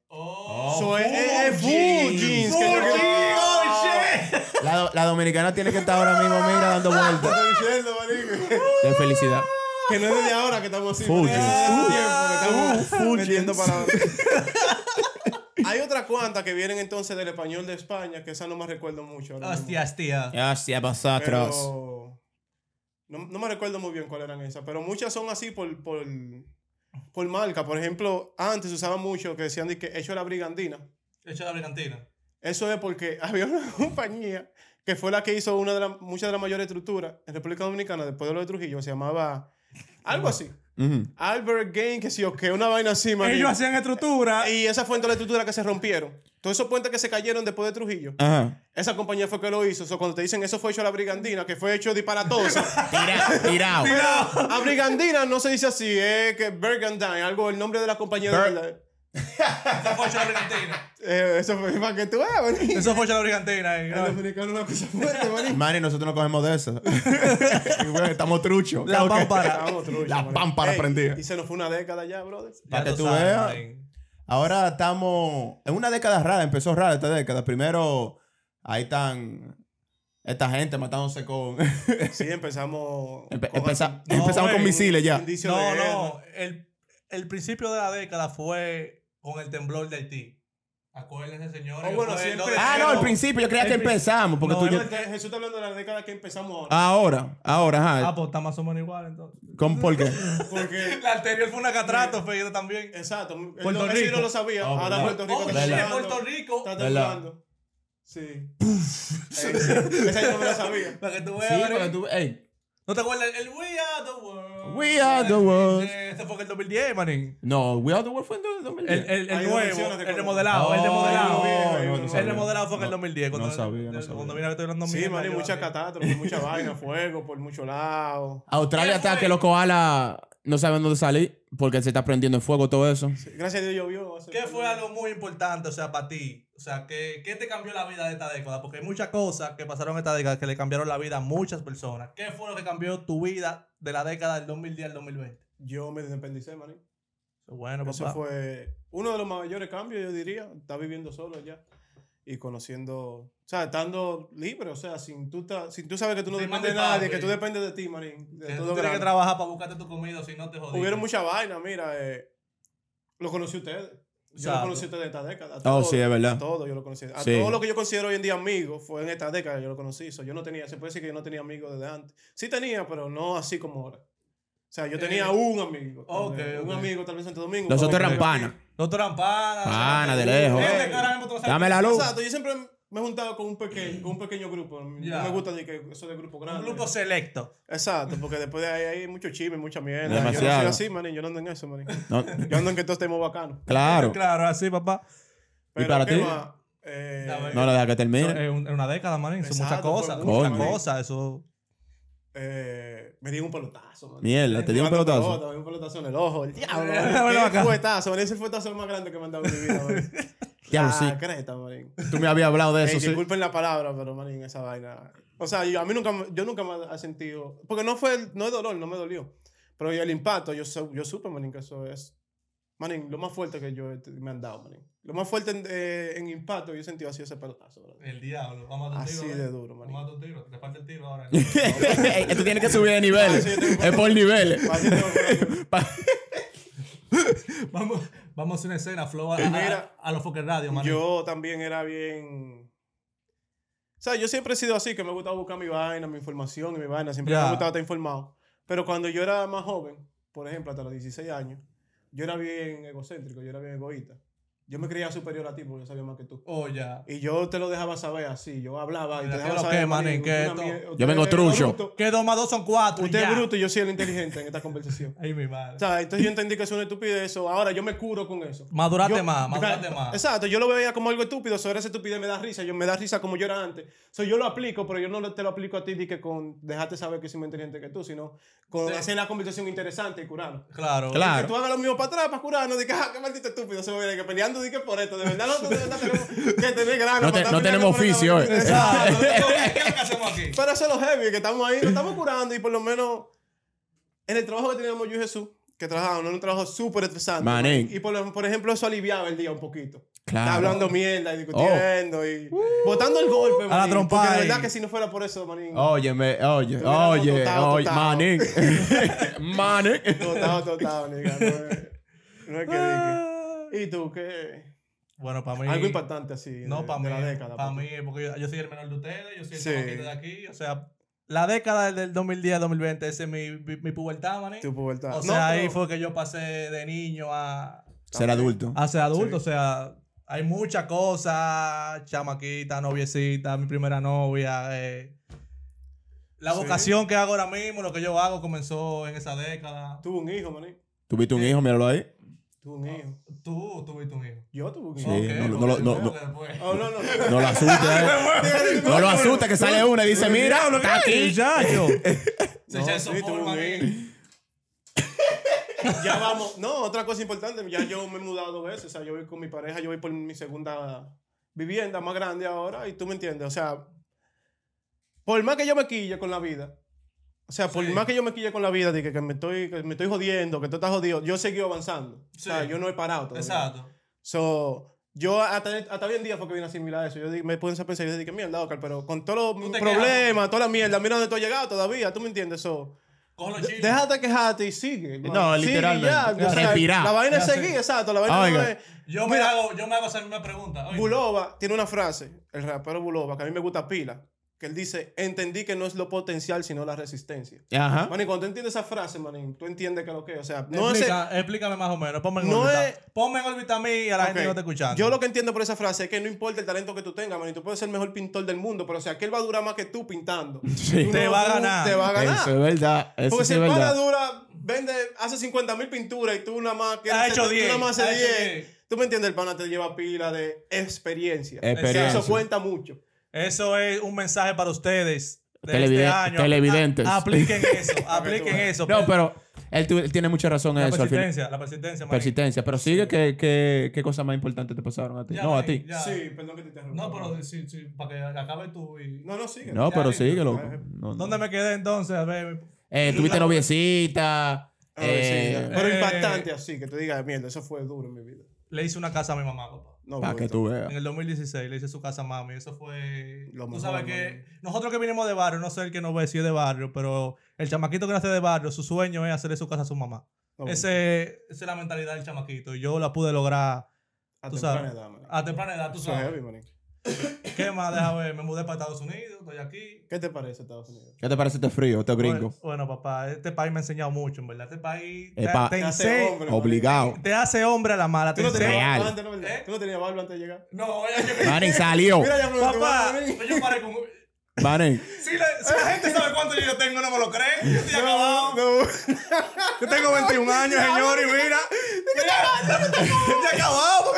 Speaker 4: Oh,
Speaker 1: So, es- es- es
Speaker 3: full
Speaker 1: full
Speaker 3: jeans.
Speaker 1: jeans, que
Speaker 4: Full
Speaker 1: yo creo-
Speaker 4: jeans, Oh,
Speaker 3: La, do- la dominicana tiene que estar ahora mismo, mira, dando
Speaker 1: Te
Speaker 3: vueltas.
Speaker 1: estoy diciendo, marico,
Speaker 3: De felicidad.
Speaker 1: Que no es desde ahora que estamos así.
Speaker 3: Full
Speaker 1: pero
Speaker 3: jeans.
Speaker 1: hace tiempo que estamos
Speaker 3: full
Speaker 1: metiendo
Speaker 3: jeans.
Speaker 1: palabras. Hay otra cuanta que vienen entonces del español de España, que esa no me recuerdo mucho. ahora mismo.
Speaker 4: Hostias, tía.
Speaker 3: Gracias,
Speaker 1: Pero
Speaker 3: vosotros.
Speaker 1: no, no me recuerdo muy bien cuáles eran esas, pero muchas son así por, por, por marca. Por ejemplo, antes se usaba mucho que decían de que hecho la brigandina.
Speaker 4: Hecho de la brigantina.
Speaker 1: Eso es porque había una compañía que fue la que hizo una de las muchas de las mayores estructuras en República Dominicana después de lo de Trujillo. Se llamaba algo así.
Speaker 3: Ujú.
Speaker 1: Albert Gain, que sí o que una vaina así, marico.
Speaker 4: Ellos hacían estructura.
Speaker 1: Y esa fue entonces la estructura que se rompieron. Todos esos puentes que se cayeron después de Trujillo.
Speaker 3: Ajá.
Speaker 1: Esa compañía fue que lo hizo. So, cuando te dicen eso fue hecho a la brigandina, que fue hecho disparatoso.
Speaker 3: Tira, tirao.
Speaker 1: A Brigandina no se dice así, es que Bergandine, algo el nombre de la compañía de
Speaker 3: Ber-
Speaker 1: verdad.
Speaker 4: Eso fue hecho de la brigantina.
Speaker 1: Eh, eso fue para que tú veas, maní.
Speaker 4: Eso fue hecho de la brigantina. eh,
Speaker 1: El
Speaker 4: grave.
Speaker 1: dominicano es una cosa fuerte, maní.
Speaker 3: Mani, nosotros no cogemos de eso. Bueno, Estamos truchos.
Speaker 4: La
Speaker 3: Claro que-
Speaker 4: pámpara.
Speaker 1: Vamos, trucho,
Speaker 3: La
Speaker 1: maní.
Speaker 3: pámpara
Speaker 1: Ey,
Speaker 3: prendida.
Speaker 1: Y se nos fue una década ya, brother.
Speaker 3: Para
Speaker 4: Ya
Speaker 3: que tú
Speaker 4: sabes,
Speaker 3: veas.
Speaker 4: man.
Speaker 3: Ahora estamos en una década rara, empezó rara esta década. Primero, ahí están esta gente matándose con.
Speaker 1: Sí, empezamos.
Speaker 3: Empe-
Speaker 1: con-
Speaker 3: empeza-
Speaker 4: No,
Speaker 3: empezamos con
Speaker 4: güey.
Speaker 3: misiles ya.
Speaker 1: Indicio
Speaker 4: No,
Speaker 1: de guerra.
Speaker 4: no. El, el principio de la década fue con el temblor de Haití. Acuérdense, señores.
Speaker 1: Oh,
Speaker 4: que
Speaker 1: bueno,
Speaker 4: fue
Speaker 1: sí,
Speaker 4: el dos de
Speaker 1: empezó.
Speaker 3: Ah, no, al
Speaker 4: enero.
Speaker 3: principio, yo creía
Speaker 4: El
Speaker 3: que
Speaker 4: pri-
Speaker 3: empezamos. Porque
Speaker 4: No,
Speaker 3: tú
Speaker 4: es
Speaker 3: ya-
Speaker 1: Porque Jesús está hablando de la década que empezamos ahora.
Speaker 3: Ahora, ahora, ajá.
Speaker 4: Ah, pues está más o menos igual entonces.
Speaker 3: ¿Con por qué?
Speaker 1: Porque,
Speaker 4: La anterior fue una catástrofe yo también.
Speaker 1: exacto, el-
Speaker 4: Puerto
Speaker 1: ese yo
Speaker 4: Rico.
Speaker 1: no lo sabía.
Speaker 3: Ah,
Speaker 1: ahora
Speaker 3: verdad.
Speaker 1: Puerto Rico
Speaker 4: Oh,
Speaker 1: está
Speaker 4: shit,
Speaker 1: temblando.
Speaker 4: Puerto Rico.
Speaker 1: Está
Speaker 3: ¿Verdad?
Speaker 1: temblando. Sí. Ey, sí. Esa yo no me la sabía.
Speaker 4: Para que tú
Speaker 3: Sí,
Speaker 4: veas. Marín.
Speaker 3: porque tú. ey,
Speaker 4: ¿No te acuerdas? El We Are the World.
Speaker 3: We Are the World.
Speaker 4: Eh, Ese fue en el 2010, manín.
Speaker 3: No, We Are the World fue en el 2010.
Speaker 4: El, el, el
Speaker 1: Ahí lo
Speaker 4: nuevo,
Speaker 1: mencionas, te
Speaker 4: el
Speaker 1: acuerdas.
Speaker 4: remodelado, el
Speaker 3: Oh,
Speaker 4: remodelado.
Speaker 1: no, no, no
Speaker 4: el
Speaker 1: sabía.
Speaker 4: remodelado fue en el
Speaker 3: No,
Speaker 4: 2010.
Speaker 3: no
Speaker 4: Cuando,
Speaker 3: sabía, no
Speaker 4: el-
Speaker 3: sabía.
Speaker 4: Cuando vine a ver, estoy hablando
Speaker 1: Sí,
Speaker 4: mierda,
Speaker 1: man, hay
Speaker 4: yo,
Speaker 1: mucha
Speaker 4: manín.
Speaker 1: catástrofe, mucha vaina, fuego por muchos lados.
Speaker 3: Australia
Speaker 4: ¿Qué
Speaker 3: está
Speaker 4: fue?
Speaker 3: que los koalas no saben dónde salir porque se está prendiendo en fuego todo eso.
Speaker 1: Sí, Gracias a Dios llovió. hace-
Speaker 4: ¿Qué fue algo muy importante, o sea, para ti? O sea, ¿qué, ¿qué te cambió la vida de esta década? Porque hay muchas cosas que pasaron esta década que le cambiaron la vida a muchas personas. ¿Qué fue lo que cambió tu vida de la década del 2010 al 2020?
Speaker 1: Yo me independicé, maní.
Speaker 4: Bueno,
Speaker 1: Eso
Speaker 4: papá.
Speaker 1: fue uno de los mayores cambios, yo diría. Está viviendo solo ya y conociendo, o sea, estando libre, o sea, sin tú, ta- sin tú sabes que tú no
Speaker 4: Sí,
Speaker 1: dependes de
Speaker 4: mami, papi.
Speaker 1: nadie, que tú dependes de ti, maní. de
Speaker 4: Que
Speaker 1: todo
Speaker 4: tú tienes que
Speaker 1: grande.
Speaker 4: trabajar para buscarte tu comida, si no te jodiste.
Speaker 1: Hubieron mucha vaina, mira, eh, lo conocí a ustedes. Yo
Speaker 4: Exacto.
Speaker 1: lo conocí a ustedes en esta década. a
Speaker 3: Oh,
Speaker 1: todos.
Speaker 3: sí, es verdad.
Speaker 1: A todo yo lo conocí. A
Speaker 3: Sí.
Speaker 1: todo lo que yo considero hoy en día amigo fue en esta década yo lo conocí. So, yo no tenía, se puede decir que yo no tenía amigos desde antes. Sí tenía, pero no así como ahora. O sea, yo tenía
Speaker 4: Eh,
Speaker 1: un amigo. tal
Speaker 4: ok,
Speaker 1: vez, un
Speaker 4: ok.
Speaker 1: amigo tal vez en Santo Domingo.
Speaker 3: Los otros
Speaker 1: Pero-
Speaker 3: eran panas.
Speaker 4: No trampadas.
Speaker 3: Pana, de lejos. Dame la luz.
Speaker 1: Exacto, yo siempre me he juntado con un pequeño, con un pequeño grupo.
Speaker 4: Mm. Ya.
Speaker 1: No me gusta ni que eso de grupo grande.
Speaker 4: Un grupo selecto.
Speaker 1: Exacto, porque después de ahí hay mucho chisme, mucha mierda. Yo no soy
Speaker 3: Demasiado.
Speaker 1: así, manín. Yo no ando en eso, manín.
Speaker 3: No,
Speaker 1: Yo ando en que todos estemos bacanos.
Speaker 3: claro.
Speaker 4: Claro, así, papá.
Speaker 1: Pero,
Speaker 3: para
Speaker 1: ¿qué
Speaker 3: ti?
Speaker 1: más? Eh,
Speaker 4: Ya, bueno.
Speaker 3: No la deja que
Speaker 4: Eso
Speaker 3: termine.
Speaker 4: es un- es una década, man. Son muchas
Speaker 1: Exacto,
Speaker 4: cosas.
Speaker 1: fue
Speaker 3: mucho,
Speaker 4: Muchas
Speaker 1: man.
Speaker 4: cosas. Eso.
Speaker 1: eh, me dio un pelotazo, man.
Speaker 3: Mierda, te dio un pelotazo.
Speaker 1: Pelota, me dio un pelotazo en el ojo. El diablo.
Speaker 4: Ven acá.
Speaker 1: Qué fuetazo, man. Ese fue el fuetazo más grande que me han dado en mi vida, man.
Speaker 3: Diablo,
Speaker 1: Ah,
Speaker 3: sí.
Speaker 1: creta, manín.
Speaker 3: Tú me habías hablado de
Speaker 1: Ey,
Speaker 3: eso, sí.
Speaker 1: disculpen la palabra, pero manín, esa vaina. O sea, yo, a mí nunca, me- yo nunca me he sentido. Porque no fue, el- no es dolor, no me dolió. Pero el impacto, yo, su- yo supe, manín, que eso es. Manín, lo más fuerte que yo he- me han dado, manín. Lo más fuerte en, eh, en impacto yo he sentido ha sido ese pelotazo, bro.
Speaker 4: El diablo. Vamos a tu
Speaker 1: Así
Speaker 4: tiro.
Speaker 1: de
Speaker 4: eh.
Speaker 1: duro,
Speaker 4: Vamos
Speaker 1: manín.
Speaker 4: a tu tiro. Te parte el tiro ahora.
Speaker 3: Tú tienes que subir de niveles.
Speaker 1: Ah, sí, yo tengo-
Speaker 3: Es por niveles.
Speaker 1: Así tengo-
Speaker 3: Pa-
Speaker 4: vamos, vamos a hacer una escena, Flow. A, a,
Speaker 1: Mira,
Speaker 4: a los Fokker Radio, man.
Speaker 1: Yo también era bien. O sea, yo siempre he sido así, que me gustaba buscar mi vaina, mi información y mi vaina. Siempre
Speaker 4: Ya.
Speaker 1: me gustaba estar informado. Pero cuando yo era más joven, por ejemplo, hasta los 16 años, yo era bien egocéntrico, yo era bien egoísta. Yo me creía superior a ti porque yo sabía más que tú.
Speaker 4: Oh, ya.
Speaker 1: Y yo te lo dejaba saber así. Yo hablaba y
Speaker 4: Mira,
Speaker 1: te
Speaker 4: ¿qué
Speaker 1: dejaba
Speaker 4: lo
Speaker 1: saber.
Speaker 4: que,
Speaker 1: "Manín,
Speaker 4: manín,
Speaker 1: usted
Speaker 4: que
Speaker 1: es
Speaker 4: esto-
Speaker 1: mie- usted
Speaker 2: Yo vengo
Speaker 1: es
Speaker 2: trucho".
Speaker 1: bruto.
Speaker 4: Que dos más dos son cuatro.
Speaker 1: Usted
Speaker 4: ya.
Speaker 1: es bruto y yo soy el inteligente en esta conversación.
Speaker 4: Ay, mi madre.
Speaker 1: O sea, entonces yo entendí que es una estupidez eso. Ahora yo me curo con eso.
Speaker 4: madurate
Speaker 1: Yo-
Speaker 4: más, madurate
Speaker 1: claro,
Speaker 4: más.
Speaker 1: Exacto, yo lo veía como algo estúpido, sobre esa estupidez me da risa, yo me da risa como yo era antes. So, yo lo aplico, pero yo no lo- te lo aplico a ti de que con dejarte saber que soy más inteligente que tú, sino con
Speaker 4: Sí.
Speaker 1: hacer la conversación interesante y curarnos.
Speaker 4: Claro.
Speaker 3: Claro.
Speaker 1: Que tú hagas lo mismo para atrás, para curarnos, de que, ah, qué maldito estúpido, se me viene que peleando, de que por esto, de verdad, nosotros de verdad tenemos que tener ganas.
Speaker 2: No
Speaker 1: para
Speaker 2: te-
Speaker 1: estar
Speaker 2: no
Speaker 1: peleando
Speaker 2: tenemos
Speaker 1: por esta
Speaker 2: oficio,
Speaker 1: vaina.
Speaker 2: eh.
Speaker 1: Exacto, no tenemos
Speaker 4: ¿Qué es lo que hacemos aquí?
Speaker 1: pero eso es lo heavy, que estamos ahí, nos estamos curando y por lo menos en el trabajo que teníamos yo y Jesús, que trabajábamos, era un trabajo súper estresante.
Speaker 2: Manín.
Speaker 1: Y por, lo- por ejemplo, eso aliviaba el día un poquito.
Speaker 2: Claro.
Speaker 1: Está hablando mierda y discutiendo y
Speaker 3: Oh.
Speaker 1: botando el golpe, manín,
Speaker 4: trompa
Speaker 1: Porque de
Speaker 4: ahí.
Speaker 1: verdad que si no fuera por eso, manín.
Speaker 3: Oye, me, oye,
Speaker 1: Estuviéramos
Speaker 3: oye,
Speaker 1: totados,
Speaker 3: oye,
Speaker 1: totados.
Speaker 3: manín. manín.
Speaker 1: Totado, totado, nigga. No es, no es que diga. ¿Y tú qué?
Speaker 4: Bueno, para mí.
Speaker 1: Algo impactante así. de-
Speaker 4: No, para
Speaker 1: de
Speaker 4: mí.
Speaker 1: la década.
Speaker 4: Para
Speaker 1: porque-
Speaker 4: mí, porque yo, yo soy el menor de ustedes, yo soy el
Speaker 1: Sí.
Speaker 4: chamaquito de aquí. O sea, la década del 2010 2020, ese es mi, mi, mi pubertad, maní.
Speaker 1: Tu pubertad.
Speaker 4: O
Speaker 1: No,
Speaker 4: sea, ahí
Speaker 1: pero-
Speaker 4: fue que yo pasé de niño a,
Speaker 3: Ser adulto.
Speaker 4: a ser adulto. O sea, hay muchas cosas. Chamaquita, noviecita, mi primera novia. eh. La
Speaker 1: Sí.
Speaker 4: vocación que hago ahora mismo, lo que yo hago, comenzó en esa década.
Speaker 1: Tuve un hijo, manín.
Speaker 3: Tuviste un hijo, míralo ahí.
Speaker 1: Tuve un hijo.
Speaker 4: Ah. Tú tuviste un hijo.
Speaker 1: Yo tuve un
Speaker 3: Sí,
Speaker 1: hijo.
Speaker 4: Ok, pues.
Speaker 3: no, no, no,
Speaker 4: porque
Speaker 3: no,
Speaker 4: supongo
Speaker 3: no.
Speaker 4: que después.
Speaker 1: Oh, no, no.
Speaker 3: No lo asustes. eh. No lo asustes, que sale una y dice, mira, está aquí.
Speaker 4: Se
Speaker 1: No,
Speaker 4: echa
Speaker 1: sí,
Speaker 4: eso
Speaker 1: tuve
Speaker 4: forma
Speaker 1: un
Speaker 4: aquí.
Speaker 1: hijo. ya vamos. No, otra cosa importante, ya yo me he mudado dos veces. O sea, yo voy con mi pareja, yo voy por mi segunda vivienda más grande ahora y tú me entiendes. O sea, por más que yo me quille con la vida, o sea, por
Speaker 4: Sí.
Speaker 1: más que yo me quille con la vida, de que, que me, estoy, que me estoy jodiendo, que tú estás jodido, yo he seguido avanzando. O sea,
Speaker 4: Sí.
Speaker 1: yo no he parado. todavía.
Speaker 4: Exacto.
Speaker 1: So, yo hasta, hasta hoy en día fue que vine a asimilar eso. Yo di- me puse a pensar, yo dije, mierda, Oscar, pero con todos los
Speaker 4: Tú te
Speaker 1: problemas, toda la mierda, mira dónde tú has llegado todavía, ¿tú me entiendes? So,
Speaker 4: Coge los
Speaker 1: de-
Speaker 4: chiles.
Speaker 1: déjate quejarte y sigue. hermano.
Speaker 3: No,
Speaker 1: Sigue
Speaker 3: literalmente.
Speaker 1: ya, o sea,
Speaker 2: Respira.
Speaker 1: La vaina es
Speaker 4: Ya
Speaker 1: seguir,
Speaker 4: sé.
Speaker 1: exacto. La vaina no
Speaker 3: Oiga.
Speaker 1: es...
Speaker 4: Yo me hago, yo me hago esa misma pregunta. oye.
Speaker 1: Bulova tiene una frase, el rapero Bulova, que a mí me gusta pila, que él dice, entendí que no es lo potencial, sino la resistencia.
Speaker 4: ¿Ah?
Speaker 3: Ajá.
Speaker 1: Manín, cuando tú entiendes esa frase, manín, tú entiendes que lo que es. O sea, no es...
Speaker 4: Explica- Explícame más o menos. Ponme en
Speaker 1: No
Speaker 4: órbita.
Speaker 1: es-
Speaker 4: Ponme en órbita a mí y a la gente
Speaker 1: Ok.
Speaker 4: que no te escuchando.
Speaker 1: Yo lo que entiendo por esa frase es que no importa el talento que tú tengas, man, y tú puedes ser el mejor pintor del mundo, pero si aquel va a durar más que tú pintando,
Speaker 3: Sí.
Speaker 1: tú
Speaker 4: Te va a
Speaker 1: tú-
Speaker 4: ganar.
Speaker 1: Te va a ganar.
Speaker 3: Eso es verdad. Eso
Speaker 1: Porque
Speaker 3: sí
Speaker 1: si
Speaker 3: es
Speaker 1: el pana
Speaker 3: verdad.
Speaker 1: dura, vende, hace 50 mil pinturas y tú nada más quieres
Speaker 4: Ha
Speaker 1: hacer-
Speaker 4: hecho
Speaker 1: tú
Speaker 4: 10,
Speaker 1: nada más
Speaker 4: ha
Speaker 1: haces
Speaker 4: hecho
Speaker 1: 10.
Speaker 4: 10.
Speaker 1: Tú me entiendes, el pana te lleva pila de experiencia.
Speaker 3: Experiencia.
Speaker 1: Eso cuenta mucho.
Speaker 4: Eso es un mensaje para ustedes de
Speaker 2: Televide-
Speaker 4: este año.
Speaker 2: televidentes.
Speaker 4: A- apliquen eso, apliquen eso.
Speaker 2: No, pero él, tu- él tiene mucha razón en
Speaker 4: pues. la
Speaker 2: eso al final.
Speaker 4: persistencia, la persistencia, manín.
Speaker 2: Persistencia. Pero sigue, ¿qué, qué, qué cosa más importante te pasaron a ti?
Speaker 4: Ya,
Speaker 2: no, a
Speaker 4: manín,
Speaker 2: ti.
Speaker 4: ya.
Speaker 1: Sí, perdón que te interrumpa.
Speaker 4: No, pero sí, sí, para que acabe tú y...
Speaker 1: No, no, sigue.
Speaker 2: No,
Speaker 4: Ya,
Speaker 2: pero
Speaker 4: listo.
Speaker 2: sigue, loco.
Speaker 1: Ajá.
Speaker 2: No, no.
Speaker 4: ¿Dónde me quedé entonces? A ver,
Speaker 2: Eh, tuviste noviecita.
Speaker 1: A ver, sigue.
Speaker 2: eh,
Speaker 1: Ah, pero
Speaker 4: eh,
Speaker 1: impactante así, que tú digas, mierda, eso fue duro en mi vida.
Speaker 4: le hice una casa a mi mamá, papá.
Speaker 1: No,
Speaker 3: Para
Speaker 1: bueno,
Speaker 3: que tú veas.
Speaker 4: En el 2016 le hice su casa a mami. Eso fue.
Speaker 1: Lo
Speaker 4: tú
Speaker 1: mejor,
Speaker 4: sabes
Speaker 1: mami.
Speaker 4: que nosotros que vinimos de barrio, no sé el que nos ve si es de barrio, pero el chamaquito que nace de barrio, su sueño es hacerle su casa a su mamá.
Speaker 1: no,
Speaker 4: Ese, esa es la mentalidad del chamaquito. y Yo la pude lograr
Speaker 1: a
Speaker 4: tú
Speaker 1: temprana
Speaker 4: sabes.
Speaker 1: edad, man.
Speaker 4: a temprana edad, tú
Speaker 1: Eso es
Speaker 4: sabes.
Speaker 1: heavy, man.
Speaker 4: ¿Qué más? Deja ver, me mudé para Estados Unidos, estoy aquí.
Speaker 1: ¿Qué te parece Estados Unidos?
Speaker 3: ¿Qué te parece este frío, este gringo?
Speaker 4: Bueno, bueno, papá, este país me ha enseñado mucho, en verdad. Este país te,
Speaker 3: Epa.
Speaker 4: te
Speaker 1: Te hace
Speaker 4: ense-
Speaker 1: hombre, man.
Speaker 3: Obligado.
Speaker 4: te hace hombre a la mala.
Speaker 1: Tú
Speaker 4: Te
Speaker 1: no
Speaker 4: ense-
Speaker 1: tenías
Speaker 2: Real.
Speaker 1: barba antes, ¿no? ¿Verdad?
Speaker 4: ¿Eh?
Speaker 1: Tú no tenías barba antes de llegar.
Speaker 4: No, ya yo
Speaker 2: Manín salió.
Speaker 1: Mira, ya me lo
Speaker 4: Papá,
Speaker 1: te va,
Speaker 4: yo paré con.
Speaker 3: Manín.
Speaker 4: Si la, si la gente sabe cuánto yo tengo, no me lo creen. Yo estoy acabado.
Speaker 1: No, no.
Speaker 4: Yo tengo 21 años, señor, y mira. Mira, ya acabado,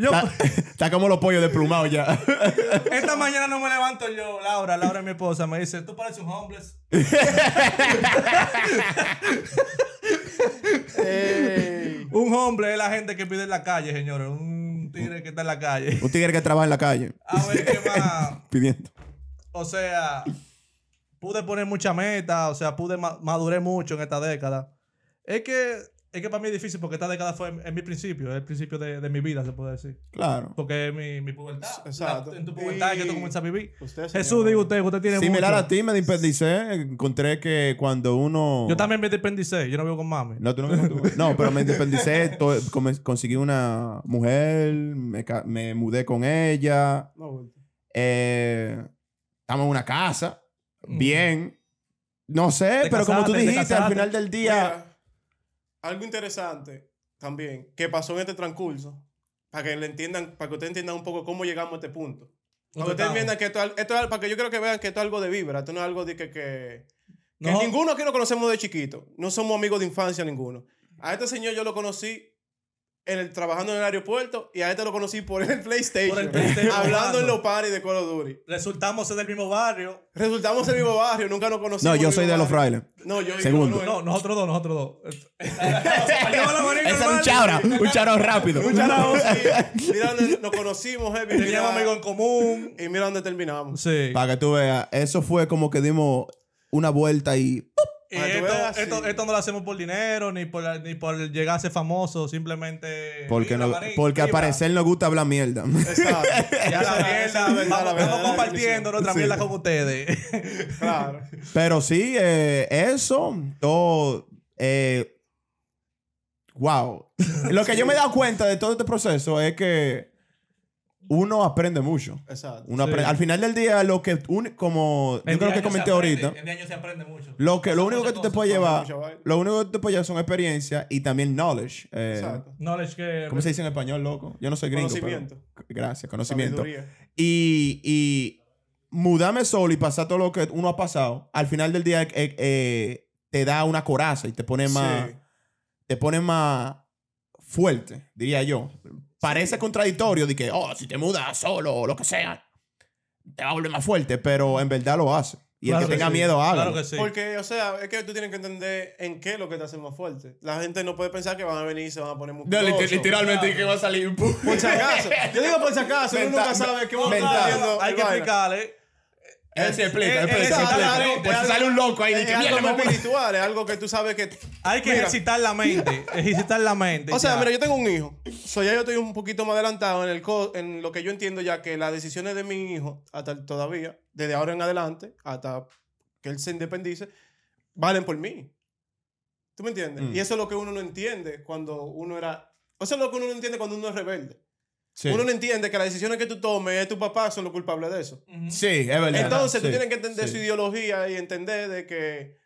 Speaker 3: Está, está como los pollos desplumados ya.
Speaker 4: papá. Esta mañana no me levanto yo, Laura, Laura es mi esposa, me dice, tú pareces un homeless.
Speaker 1: Ey.
Speaker 4: Un hombre es la gente que pide en la calle, señores. Un tigre que está en la calle.
Speaker 3: Un tigre que trabaja en la calle.
Speaker 4: A ver qué más.
Speaker 3: Pidiendo.
Speaker 4: O sea, pude poner mucha meta, o sea, pude ma- maduré mucho en esta década. Es que, es que para mí es difícil porque esta década fue en, en mi principio, el principio de, de mi vida, se puede decir.
Speaker 3: Claro.
Speaker 4: Porque es mi, mi pubertad.
Speaker 1: Exacto.
Speaker 4: La- en tu pubertad es que
Speaker 1: Y-
Speaker 4: tú comienzas a vivir.
Speaker 1: Usted, señor.
Speaker 4: Jesús, digo usted, que usted tiene
Speaker 3: Similar
Speaker 4: mucho.
Speaker 3: a ti, me independicé. Encontré que cuando uno.
Speaker 4: Yo también me independicé, yo no vivo con mami.
Speaker 3: No, tú no, me- tú- no, pero me independicé. to- come- Conseguí una mujer. Me, ca- me mudé con ella.
Speaker 1: No, güey.
Speaker 3: eh, estamos en una casa. Bien. No sé,
Speaker 4: Te
Speaker 3: pero como
Speaker 4: casaste,
Speaker 3: tú
Speaker 4: te
Speaker 3: dijiste, al
Speaker 4: casaste.
Speaker 3: final del día.
Speaker 1: Mira, algo interesante también que pasó en este transcurso para que le entiendan, para que ustedes entiendan un poco cómo llegamos a este punto. Para que
Speaker 4: Nosotros
Speaker 1: ustedes
Speaker 4: estamos.
Speaker 1: entiendan que esto, es- esto es, para que yo creo que vean que esto es algo de vibra, esto no es algo de que, que, que
Speaker 4: No,
Speaker 1: ninguno aquí lo conocemos de chiquito. No somos amigos de infancia ninguno. A este señor yo lo conocí en el, trabajando en el aeropuerto y a este lo conocí por el PlayStation.
Speaker 4: Por el PlayStation.
Speaker 1: hablando en los paris de Call of Duty.
Speaker 4: Resultamos ser del mismo barrio.
Speaker 1: Resultamos el mismo barrio, nunca nos
Speaker 3: No,
Speaker 1: conocimos.
Speaker 3: yo
Speaker 1: el
Speaker 3: soy
Speaker 1: mismo
Speaker 3: de los
Speaker 1: barrio.
Speaker 3: frailes.
Speaker 1: No, yo
Speaker 3: Segundo.
Speaker 1: no,
Speaker 4: No,
Speaker 1: no,
Speaker 4: nosotros dos, nosotros dos. Yo la morí
Speaker 3: Ese era un
Speaker 4: normal.
Speaker 3: chabra, un chabra rápido.
Speaker 1: Muchas gracias. Mira, nos, nos conocimos, eh, mira,
Speaker 4: Teníamos amigos en común.
Speaker 1: y mira dónde terminamos.
Speaker 4: Sí.
Speaker 3: Para que tú veas, eso fue como que dimos una vuelta y
Speaker 4: Y
Speaker 1: Para que tú
Speaker 4: esto,
Speaker 1: veas,
Speaker 4: esto-
Speaker 1: sí.
Speaker 4: esto no lo hacemos por dinero, ni por, ni por llegar a ser famoso, simplemente.
Speaker 3: porque,
Speaker 4: Vibra,
Speaker 3: no,
Speaker 4: manín,
Speaker 3: porque al
Speaker 4: vibra.
Speaker 3: parecer nos gusta hablar mierda.
Speaker 1: Exacto.
Speaker 4: Ya
Speaker 1: Esa-
Speaker 4: la
Speaker 1: esa
Speaker 4: mierda,
Speaker 1: es la verdad, la
Speaker 4: vamos,
Speaker 1: verdad,
Speaker 4: vamos
Speaker 1: la
Speaker 4: compartiendo nuestra
Speaker 3: Sí.
Speaker 4: mierda con ustedes.
Speaker 1: definición. Claro.
Speaker 3: Pero sí, eh, eso, todo. eh, wow. Lo que yo me he dado cuenta de todo este proceso es que uno aprende mucho.
Speaker 1: Exacto.
Speaker 3: Uno
Speaker 4: Sí.
Speaker 3: apre- Al final del día, lo que un- como yo creo que comenté ahorita,
Speaker 4: En 10 años se aprende mucho.
Speaker 3: lo, que, lo único que tú te puedes llevar,
Speaker 1: mucha vaina.
Speaker 3: lo único que tú te puedes llevar son experiencia y también knowledge. eh,
Speaker 1: Exacto.
Speaker 4: Knowledge que.
Speaker 3: ¿Cómo se dice en español, loco? Yo no soy gringo. pero-
Speaker 1: Conocimiento.
Speaker 3: gracias, conocimiento.
Speaker 1: Sabiduría.
Speaker 3: y, y mudarme solo y pasar todo lo que uno ha pasado, al final del día eh, eh, te da una coraza y te pone más,
Speaker 1: Sí.
Speaker 3: te pone más fuerte, diría yo. Parece contradictorio de que, oh, si te mudas solo o lo que sea, te va a volver más fuerte, pero en verdad lo hace. Y
Speaker 4: Claro
Speaker 3: el que
Speaker 4: que
Speaker 3: tenga
Speaker 4: sí.
Speaker 3: miedo, hágalo.
Speaker 4: Claro que sí.
Speaker 1: Porque, o sea, es que tú tienes que entender en qué es lo que te hace más fuerte. La gente no puede pensar que van a venir y se van a poner musculosos.
Speaker 3: que va a salir un
Speaker 1: Por si acaso. Yo digo por si acaso. Uno
Speaker 3: Mental-
Speaker 1: nunca sabe qué va a
Speaker 3: mental.
Speaker 1: estar
Speaker 4: Hay
Speaker 1: haciendo.
Speaker 4: hay que
Speaker 1: el vaina.
Speaker 4: explicarle.
Speaker 3: se
Speaker 4: Eh,
Speaker 3: explica, él
Speaker 4: eh,
Speaker 3: explica,
Speaker 4: es
Speaker 3: explica.
Speaker 4: algo-
Speaker 3: Por si
Speaker 1: es
Speaker 3: sale un loco ahí,
Speaker 1: Es
Speaker 3: dice,
Speaker 1: algo
Speaker 3: "Mierda,
Speaker 1: más
Speaker 3: me voy a-".
Speaker 1: espiritual, es algo que tú sabes que...
Speaker 4: Hay que
Speaker 1: Mira.
Speaker 4: ejercitar la mente. Ejercitar la mente.
Speaker 1: O sea,
Speaker 4: ya.
Speaker 1: mira, yo tengo un hijo. So, ya yo estoy un poquito más adelantado en, el co- en lo que yo entiendo ya que las decisiones de mi hijo, hasta el- todavía, desde ahora en adelante, hasta que él se independice, valen por mí. ¿Tú me entiendes?
Speaker 3: Mm.
Speaker 1: Y eso es lo que uno no entiende cuando uno era... O sea, es lo que uno no entiende cuando uno es rebelde.
Speaker 3: Sí.
Speaker 1: Uno no entiende que las decisiones que tú tomes, es tu papá, son los culpables de eso.
Speaker 4: Ujú.
Speaker 3: Sí, es verdad.
Speaker 1: Entonces, tú
Speaker 3: Sí,
Speaker 1: tienes que entender
Speaker 3: sí.
Speaker 1: su ideología y entender de que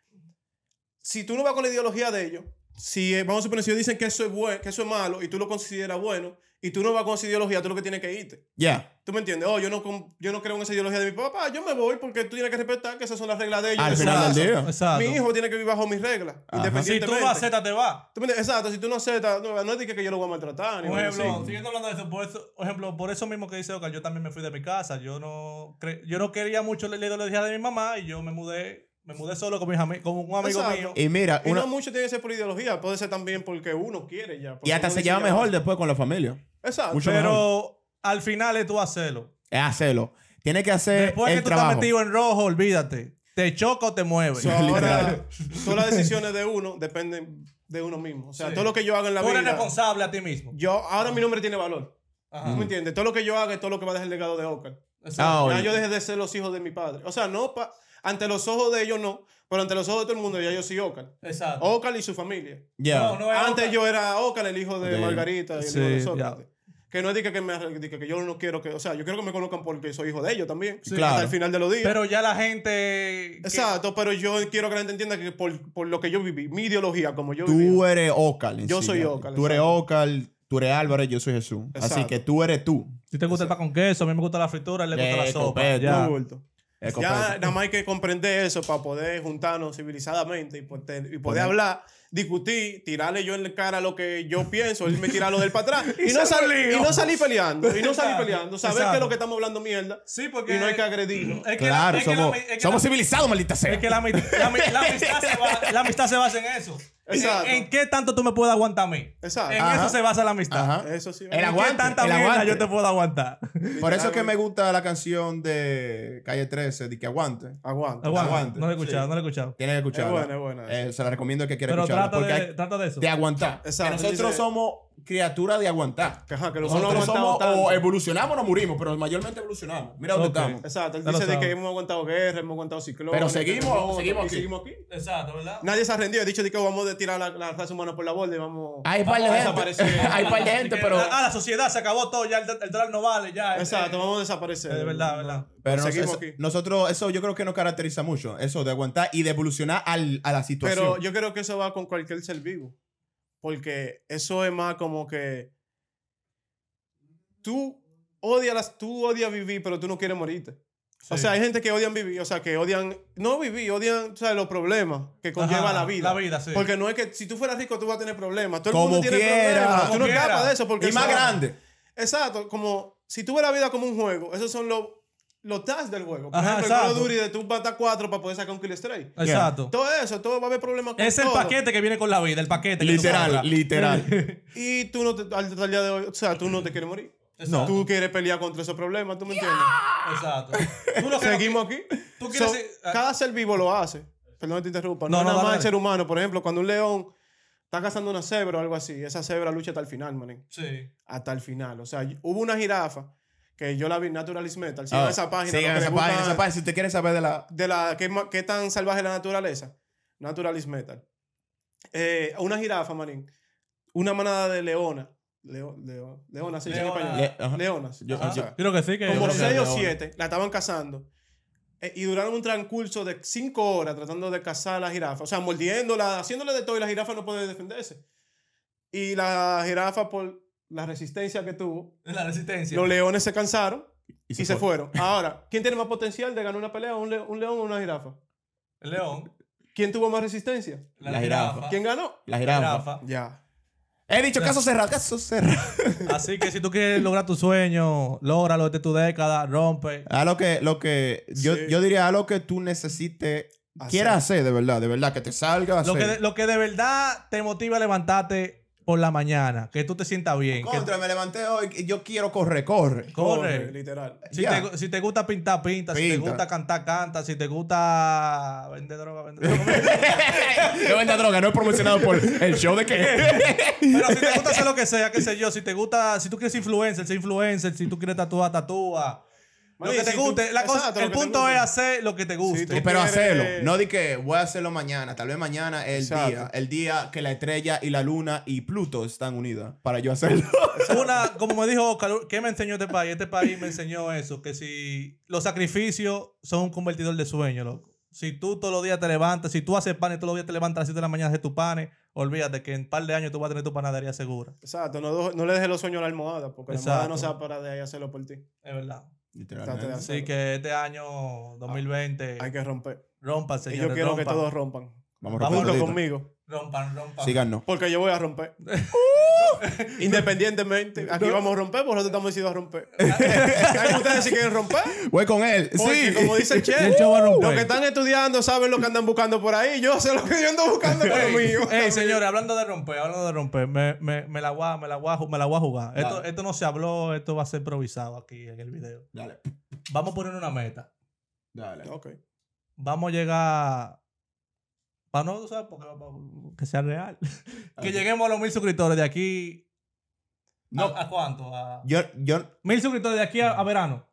Speaker 1: si tú no vas con la ideología de ellos, si eh, vamos a suponer, si ellos dicen que eso es bueno, que eso es malo y tú lo consideras bueno y tú no vas con esa ideología, tú lo que tienes que irte.
Speaker 3: Ya.
Speaker 1: ¿Tú me entiendes? Oh, yo no, com- yo no creo en esa ideología de mi papá, yo me voy porque tú tienes que respetar que esas son las reglas de ellos.
Speaker 3: Al
Speaker 1: de su
Speaker 3: final
Speaker 1: casa.
Speaker 3: del día.
Speaker 4: Exacto.
Speaker 1: Mi hijo tiene que vivir bajo mis reglas,
Speaker 4: si
Speaker 3: Ajá.
Speaker 4: tú
Speaker 1: independientemente.
Speaker 4: no aceptas, te va.
Speaker 1: ¿Tú me entiendes? Exacto, si tú no aceptas, no, no es de que yo lo voy a maltratar. ni
Speaker 4: Por
Speaker 1: nada
Speaker 4: ejemplo,
Speaker 1: así.
Speaker 4: siguiendo hablando de eso, por eso, por ejemplo, por eso mismo que dice Ocar, yo también me fui de mi casa. Yo no, cre- yo no quería mucho la la ideología de mi mamá y yo me mudé, me mudé solo con, mis ami- con un amigo
Speaker 1: Exacto.
Speaker 4: mío.
Speaker 3: Y mira,
Speaker 1: Y
Speaker 3: una-
Speaker 1: no mucho tiene que ser por ideología, puede ser también porque uno quiere ya. porque
Speaker 3: y hasta
Speaker 1: uno
Speaker 3: se
Speaker 1: dice
Speaker 3: lleva
Speaker 1: ya
Speaker 3: mejor
Speaker 1: basta.
Speaker 3: después con la familia.
Speaker 1: Exacto.
Speaker 3: Mucho
Speaker 4: pero
Speaker 3: mejor.
Speaker 4: al final es tú hacerlo.
Speaker 3: Es hacerlo. Tiene que hacer
Speaker 4: Después
Speaker 3: Eh, el
Speaker 4: que tú
Speaker 3: trabajo.
Speaker 4: estás metido en rojo, olvídate. Te choca o te mueve.
Speaker 1: So, ahora,
Speaker 3: Literal.
Speaker 1: todas las decisiones de uno dependen de uno mismo. O sea,
Speaker 4: Sí.
Speaker 1: todo lo que yo haga en la
Speaker 4: tú eres
Speaker 1: vida.
Speaker 4: responsable a ti mismo.
Speaker 1: Yo, ahora mi nombre tiene valor.
Speaker 4: Ajá.
Speaker 1: ¿Tú me entiendes? Todo lo que yo haga es todo lo que va a dejar el legado de Ocar.
Speaker 4: Exacto.
Speaker 3: Ah,
Speaker 1: Ya
Speaker 3: oye.
Speaker 1: yo dejé de ser los hijos de mi padre. O sea, no pa- ante los ojos de ellos no, pero ante los ojos de todo el mundo ya yo soy Ocar.
Speaker 4: Exacto.
Speaker 1: Ocar y su familia.
Speaker 3: Ya.
Speaker 4: No, no es
Speaker 1: Antes
Speaker 4: Ocar.
Speaker 1: yo era Ocar, el hijo de
Speaker 3: De-
Speaker 1: Margarita y el
Speaker 4: Sí,
Speaker 1: hijo de Sócrates. Que no es de que, que me, de que- que yo no quiero que, o sea, yo quiero que me conozcan porque soy hijo de ellos también.
Speaker 3: Claro.
Speaker 1: Hasta el final de los días.
Speaker 4: Pero ya la gente. que-
Speaker 1: Exacto, pero yo quiero que la gente entienda que por, por lo que yo viví, mi ideología, como yo viví.
Speaker 3: Tú eres Ocal. en
Speaker 1: Yo
Speaker 3: sí,
Speaker 1: soy
Speaker 3: ya.
Speaker 1: Ocal,
Speaker 3: Tú eres
Speaker 1: exacto.
Speaker 3: Ocal, tú eres Álvarez, yo soy Jesús. Así
Speaker 1: Exacto.
Speaker 3: que tú eres tú.
Speaker 4: Si te gusta el pan con queso, a mí me gusta la fritura, a él le gusta la
Speaker 3: Eh,
Speaker 4: sopa.
Speaker 3: copete.
Speaker 4: Ya.
Speaker 1: Muy bulto.
Speaker 3: Es
Speaker 1: Ya
Speaker 3: completo.
Speaker 1: nada más hay que comprender eso para poder juntarnos civilizadamente y, poder- y poder hablar, discutir, tirarle yo en la cara lo que yo pienso, él me tira lo del para atrás. y,
Speaker 4: Y
Speaker 1: no
Speaker 4: se
Speaker 1: sal-
Speaker 4: volvió.
Speaker 1: y no salir peleando, y no salir
Speaker 4: Exacto,
Speaker 1: peleando. Saber
Speaker 4: exacto.
Speaker 1: que lo que estamos hablando mierda
Speaker 4: Sí, porque.
Speaker 1: y no hay que agredirnos.
Speaker 4: es que la-
Speaker 3: Claro,
Speaker 4: es que la-
Speaker 3: somos,
Speaker 4: es que la-
Speaker 3: somos civilizados, maldita sea.
Speaker 4: Es que la, ami- la ami- la amistad se basa, la amistad se basa en eso.
Speaker 1: Exacto.
Speaker 4: ¿En, en qué tanto tú me puedes aguantar a mí?
Speaker 1: Exacto.
Speaker 4: En
Speaker 3: Ajá.
Speaker 4: eso se basa la amistad.
Speaker 3: Ajá.
Speaker 1: Eso sí.
Speaker 3: El
Speaker 4: ¿En
Speaker 3: aguante,
Speaker 4: qué tanta
Speaker 3: el
Speaker 4: mierda
Speaker 3: aguante.
Speaker 4: yo te puedo aguantar?
Speaker 3: Por eso es que me gusta la canción de Calle 13, de que aguante.
Speaker 1: Aguanta.
Speaker 4: Aguanta.
Speaker 3: Aguante.
Speaker 4: No lo he escuchado, no lo he escuchado.
Speaker 3: Tienes que escucharla.
Speaker 1: Es buena, es buena.
Speaker 3: Eh, se la recomiendo al que quiera
Speaker 4: Pero
Speaker 3: escucharla.
Speaker 4: trata
Speaker 3: Porque
Speaker 4: de,
Speaker 3: hay
Speaker 4: trata de eso.
Speaker 3: de aguantar.
Speaker 1: Exacto,
Speaker 3: Que nosotros
Speaker 1: dice-
Speaker 3: somos criaturas de aguantar.
Speaker 1: Que, ajá, que nosotros
Speaker 3: Nosotros
Speaker 1: no hemos
Speaker 3: somos
Speaker 1: aguantado
Speaker 3: o
Speaker 1: tanto.
Speaker 3: evolucionamos o nos murimos, pero mayormente evolucionamos. Mira dónde
Speaker 4: Ok.
Speaker 3: estamos.
Speaker 1: Exacto, él
Speaker 4: Ya lo
Speaker 1: dice de que
Speaker 4: sabe.
Speaker 1: hemos aguantado guerra, hemos aguantado ciclones.
Speaker 3: Pero seguimos,
Speaker 1: terremotos,
Speaker 3: seguimos
Speaker 1: y
Speaker 3: aquí.
Speaker 1: seguimos aquí.
Speaker 4: Exacto, ¿verdad?
Speaker 1: Nadie se ha rendido. He dicho de que vamos a tirar la, la raza humana por la borda y vamos.
Speaker 3: Hay par de
Speaker 1: Vamos a
Speaker 3: gente.
Speaker 1: desaparecer.
Speaker 3: Hay par de gente, pero.
Speaker 4: Ah, la sociedad se acabó todo, ya el, el dólar no vale, ya.
Speaker 1: Exacto,
Speaker 4: Eh,
Speaker 1: vamos a desaparecer.
Speaker 4: eh, de verdad, verdad.
Speaker 3: Pero nos-
Speaker 1: seguimos
Speaker 3: eso-
Speaker 1: aquí.
Speaker 3: nosotros, eso yo creo que nos caracteriza mucho, eso de aguantar y de evolucionar al- a la situación.
Speaker 1: Pero yo creo que eso va con cualquier ser vivo. Porque eso es más como que. tú odias, las- tú odias vivir, pero tú no quieres morirte. O sea, hay gente que odian vivir, o sea, que odian, no vivir, odian o sea, los problemas que conlleva
Speaker 4: Ajá,
Speaker 1: la vida.
Speaker 4: la vida, sí.
Speaker 1: Porque no es que si tú fueras rico tú vas a tener problemas. Todo el
Speaker 3: Como
Speaker 1: mundo tiene
Speaker 3: quiera.
Speaker 1: problemas. Tú
Speaker 4: Como
Speaker 1: no escapas
Speaker 4: quiera.
Speaker 1: de eso. Porque
Speaker 3: Y más
Speaker 1: eso-
Speaker 3: grande.
Speaker 1: Exacto, como si tú ves la vida como un juego, esos son los, los tasks del juego. Por
Speaker 4: Ajá,
Speaker 1: ejemplo, el Call of
Speaker 4: exacto.
Speaker 1: Duty de tú matar cuatro para poder sacar un kill strike.
Speaker 4: Exacto.
Speaker 1: Todo eso, todo va a haber problemas con
Speaker 4: Es el
Speaker 1: todo.
Speaker 4: paquete que viene con la vida, el paquete. que tú compras.
Speaker 3: Literal, literal.
Speaker 1: Y tú no te, al al día de hoy, o sea, tú no te quieres morir.
Speaker 4: Exacto.
Speaker 1: Tú quieres pelear contra esos problemas, ¿tú me entiendes?
Speaker 4: Exacto. Tú lo que-
Speaker 1: Seguimos aquí.
Speaker 4: Tú quieres
Speaker 1: So,
Speaker 4: ser- ah.
Speaker 1: cada ser vivo lo hace. Perdón que te interrumpa. No,
Speaker 4: No,
Speaker 1: es
Speaker 4: no,
Speaker 1: nada
Speaker 4: dale,
Speaker 1: más el
Speaker 4: dale.
Speaker 1: ser humano. Por ejemplo, cuando un león está cazando una cebra o algo así, esa cebra lucha hasta el final, manín.
Speaker 4: Sí.
Speaker 1: hasta el final. O sea, y- hubo una jirafa que yo la vi en Naturalist Metal. Sigan
Speaker 3: Ah,
Speaker 1: esa página.
Speaker 3: sigan
Speaker 1: los que
Speaker 3: esa
Speaker 1: les
Speaker 3: página,
Speaker 1: gustan
Speaker 3: esa página. Si usted quiere saber de la.
Speaker 1: De la, qué, ma- qué tan salvaje es la naturaleza. Naturalist Metal. Eh, una jirafa, manín. Una manada de leona. Leo- leo- leona, se dice en
Speaker 4: Leona.
Speaker 1: español.
Speaker 3: Le- ajá.
Speaker 1: Leonas.
Speaker 3: Yo-
Speaker 1: Ajá.
Speaker 3: yo-
Speaker 4: Creo que sí, que.
Speaker 1: Como
Speaker 3: creo que
Speaker 1: seis o
Speaker 3: leona.
Speaker 1: siete la estaban cazando. Eh, y duraron un transcurso de cinco horas tratando de cazar a la jirafa. O sea, mordiéndola, haciéndole de todo y la jirafa no puede defenderse. Y la jirafa, por la resistencia que tuvo,
Speaker 4: La resistencia.
Speaker 1: los leones se cansaron y, se,
Speaker 3: fue.
Speaker 1: fueron. Ahora, ¿quién tiene más potencial de ganar una pelea? ¿Un, le- un león o una jirafa?
Speaker 4: El león.
Speaker 1: ¿Quién tuvo más resistencia?
Speaker 4: La,
Speaker 3: La
Speaker 4: jirafa.
Speaker 3: jirafa.
Speaker 1: ¿Quién ganó?
Speaker 3: La
Speaker 4: La
Speaker 3: jirafa.
Speaker 4: jirafa.
Speaker 1: Ya.
Speaker 3: He dicho caso cerrado, caso cerrado.
Speaker 4: Así que si tú quieres lograr tu sueño, lógralo, esta es tu década, rompe.
Speaker 3: A lo que, lo que yo,
Speaker 1: Sí.
Speaker 3: yo diría a lo que tú necesites,
Speaker 1: Hacer.
Speaker 3: quieras hacer de verdad, de verdad, que te salga.
Speaker 4: Lo
Speaker 3: hacer.
Speaker 4: que, de, lo que de verdad te motiva a levantarte por la mañana, que tú te sientas bien. que-
Speaker 3: Contra, me levanté hoy y yo quiero correr, corre.
Speaker 4: corre.
Speaker 1: Literal.
Speaker 4: Si,
Speaker 3: Ya.
Speaker 4: te, si te gusta pintar, pinta. Si te
Speaker 3: Pinta.
Speaker 4: gusta cantar, canta. Si te gusta vender droga, vender droga.
Speaker 3: No venda droga, no es promocionado por el show de que.
Speaker 4: Pero si te gusta hacer lo que sea, qué sé yo, si te gusta, si tú quieres ser influencer, sé influencer, si tú quieres tatuar, tatúa. Lo
Speaker 1: Maní,
Speaker 4: que te
Speaker 1: si tú-
Speaker 4: guste, la cosa-
Speaker 1: exacto, lo
Speaker 4: el
Speaker 1: que te
Speaker 4: punto
Speaker 1: guste.
Speaker 4: es hacer lo que te guste.
Speaker 1: tú-
Speaker 3: Pero
Speaker 1: quieres-
Speaker 3: hacerlo. No di que voy a hacerlo mañana. Tal vez mañana es el
Speaker 1: Exacto.
Speaker 3: día. El día que la estrella y la luna y Pluto están unidas para yo hacerlo.
Speaker 4: Una, como me dijo Oscar, ¿qué me enseñó este país? Este país me enseñó eso, que si los sacrificios son un convertidor de sueño, loco. Si tú todos los días te levantas, si tú haces panes, todos los días te levantas a las 7 de la mañana a hacer tu panes, olvídate que en un par de años tú vas a tener tu panadería segura.
Speaker 1: Exacto. No, do- no le dejes los sueños a la almohada, porque la almohada
Speaker 4: Exacto.
Speaker 1: no se va a parar de ahí hacerlo por ti.
Speaker 4: Es verdad.
Speaker 1: Literalmente.
Speaker 4: Así que este año 2020,
Speaker 1: Hay que romper.
Speaker 4: rompan, señores.
Speaker 1: y yo quiero que
Speaker 4: rompan.
Speaker 1: todos rompan.
Speaker 3: Vamos a
Speaker 4: Vamos
Speaker 1: Junto
Speaker 3: romper.
Speaker 1: conmigo.
Speaker 4: Rompan, rompan.
Speaker 3: Síganos.
Speaker 1: Porque yo voy a romper. Uh. Independientemente. Aquí vamos a romper, vosotros estamos decididos a romper. ¿Saben ustedes si quieren romper?
Speaker 3: Voy con él.
Speaker 1: Porque,
Speaker 3: Sí.
Speaker 1: como dice el
Speaker 4: Y el
Speaker 1: Che,
Speaker 4: show va a romper.
Speaker 1: los que están estudiando saben lo que andan buscando por ahí. Yo sé lo que yo ando buscando por lo mío.
Speaker 4: Ey, señores, hablando de romper, hablando de romper, me, me, me la voy a, me la voy a ju- me la voy a jugar. Esto,
Speaker 3: Dale.
Speaker 4: esto no se habló, esto va a ser improvisado aquí en el video.
Speaker 3: Dale.
Speaker 4: Vamos a poner una meta.
Speaker 3: Dale.
Speaker 1: Ok.
Speaker 4: Vamos a llegar. Para no, tú ¿sabes? Porque, pa- que sea real. que lleguemos a los mil suscriptores de aquí.
Speaker 3: No.
Speaker 4: ¿A, a cuánto? A-
Speaker 3: Yo, yo.
Speaker 4: Mil suscriptores de aquí a, a verano.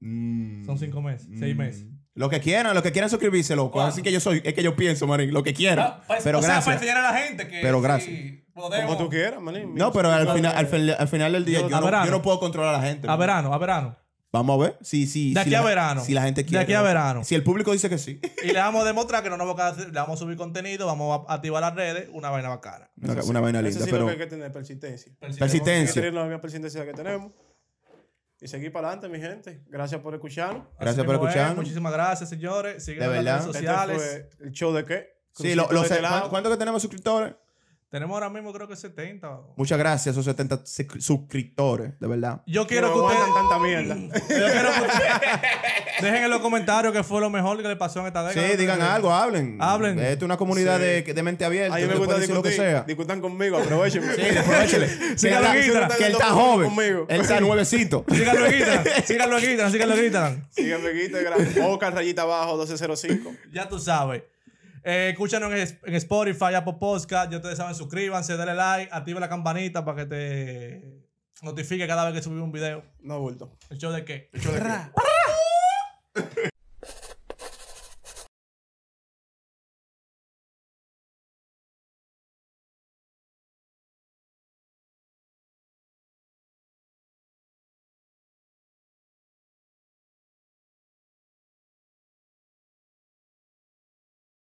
Speaker 3: mm,
Speaker 4: Son cinco meses, seis
Speaker 3: mm.
Speaker 4: meses.
Speaker 3: Lo que quieran, lo que quieran suscribirse, loco.
Speaker 4: ¿Cuándo?
Speaker 3: Así que yo soy, es que yo pienso, marín, lo que quieran.
Speaker 4: Ah, pa-
Speaker 3: pero
Speaker 4: o sea, para
Speaker 3: gracias.
Speaker 4: enseñar a la gente que.
Speaker 3: Pero gracias.
Speaker 4: sí,
Speaker 1: Como
Speaker 4: podemos-
Speaker 1: tú quieras, manín.
Speaker 3: no, pero al final, al, fin- al final del día
Speaker 1: Yo-
Speaker 3: yo,
Speaker 4: pues, a
Speaker 3: no,
Speaker 4: verano.
Speaker 3: yo no puedo controlar a la gente.
Speaker 4: A
Speaker 3: man.
Speaker 4: verano, a verano.
Speaker 3: Vamos a ver. Sí, sí.
Speaker 4: De
Speaker 3: si
Speaker 4: aquí
Speaker 3: la-
Speaker 4: a verano.
Speaker 3: Si la gente
Speaker 4: De
Speaker 3: quiere.
Speaker 4: aquí a
Speaker 3: loco.
Speaker 4: verano.
Speaker 3: Si el público dice que sí.
Speaker 4: Y le vamos a demostrar que no nos vamos a quedar- le vamos a subir contenido, vamos a activar las redes, una vaina bacana.
Speaker 3: Una, una vaina
Speaker 1: Eso
Speaker 3: linda,
Speaker 1: sí
Speaker 3: pero.
Speaker 1: lo que hay que tener, persistencia. Hay que
Speaker 3: Persistencia.
Speaker 1: tener la misma persistencia que tenemos. Y seguir para adelante, mi gente. Gracias por escucharnos.
Speaker 4: Así
Speaker 3: Gracias por
Speaker 4: mismo es.
Speaker 3: escucharnos.
Speaker 4: Muchísimas gracias, señores. Síguenos
Speaker 3: De
Speaker 4: en las
Speaker 3: verdad.
Speaker 4: redes
Speaker 1: Este
Speaker 4: sociales.
Speaker 1: fue el show de qué?
Speaker 3: Sí, lo,
Speaker 1: Crucito
Speaker 3: lo
Speaker 1: de
Speaker 3: sé.
Speaker 1: este lado.
Speaker 3: ¿Cuánto, cuánto que tenemos suscriptores?
Speaker 4: Tenemos ahora mismo creo que 70. o-
Speaker 3: Muchas gracias, esos 70 sec- suscriptores, de verdad.
Speaker 4: Yo
Speaker 1: No
Speaker 4: quiero que
Speaker 1: aguantan
Speaker 4: ustedes
Speaker 1: tanta mierda.
Speaker 4: yo quiero que ustedes- dejen en los comentarios qué fue lo mejor que le pasó en esta década.
Speaker 3: Sí, digan algo, hablen.
Speaker 4: Hablen.
Speaker 3: Esta es una comunidad
Speaker 1: Sí.
Speaker 3: de, de mente abierta.
Speaker 1: A mí me
Speaker 3: usted
Speaker 1: gusta
Speaker 3: puede decir
Speaker 1: discutir.
Speaker 3: lo que sea.
Speaker 1: Discutan conmigo, aprovechen.
Speaker 3: Sí, aprovechale.
Speaker 4: Síganlo en
Speaker 3: que, él está-
Speaker 4: Instagram.
Speaker 3: que él está joven.
Speaker 1: Conmigo.
Speaker 3: Él está nuevecito.
Speaker 4: Síganlo en Instagram, síganlo en Instagram, síganlo en Instagram.
Speaker 1: Síganme en Instagram. Oscar, rayita abajo, 1205.
Speaker 4: Ya tú sabes. Eh, escúchanos en, es- en Spotify, Apple Podcast. Ya ustedes saben, suscríbanse, denle like, activa la campanita para que te notifique cada vez que subimos un video.
Speaker 1: No bulto.
Speaker 4: ¿El show de qué?
Speaker 1: Show de qué.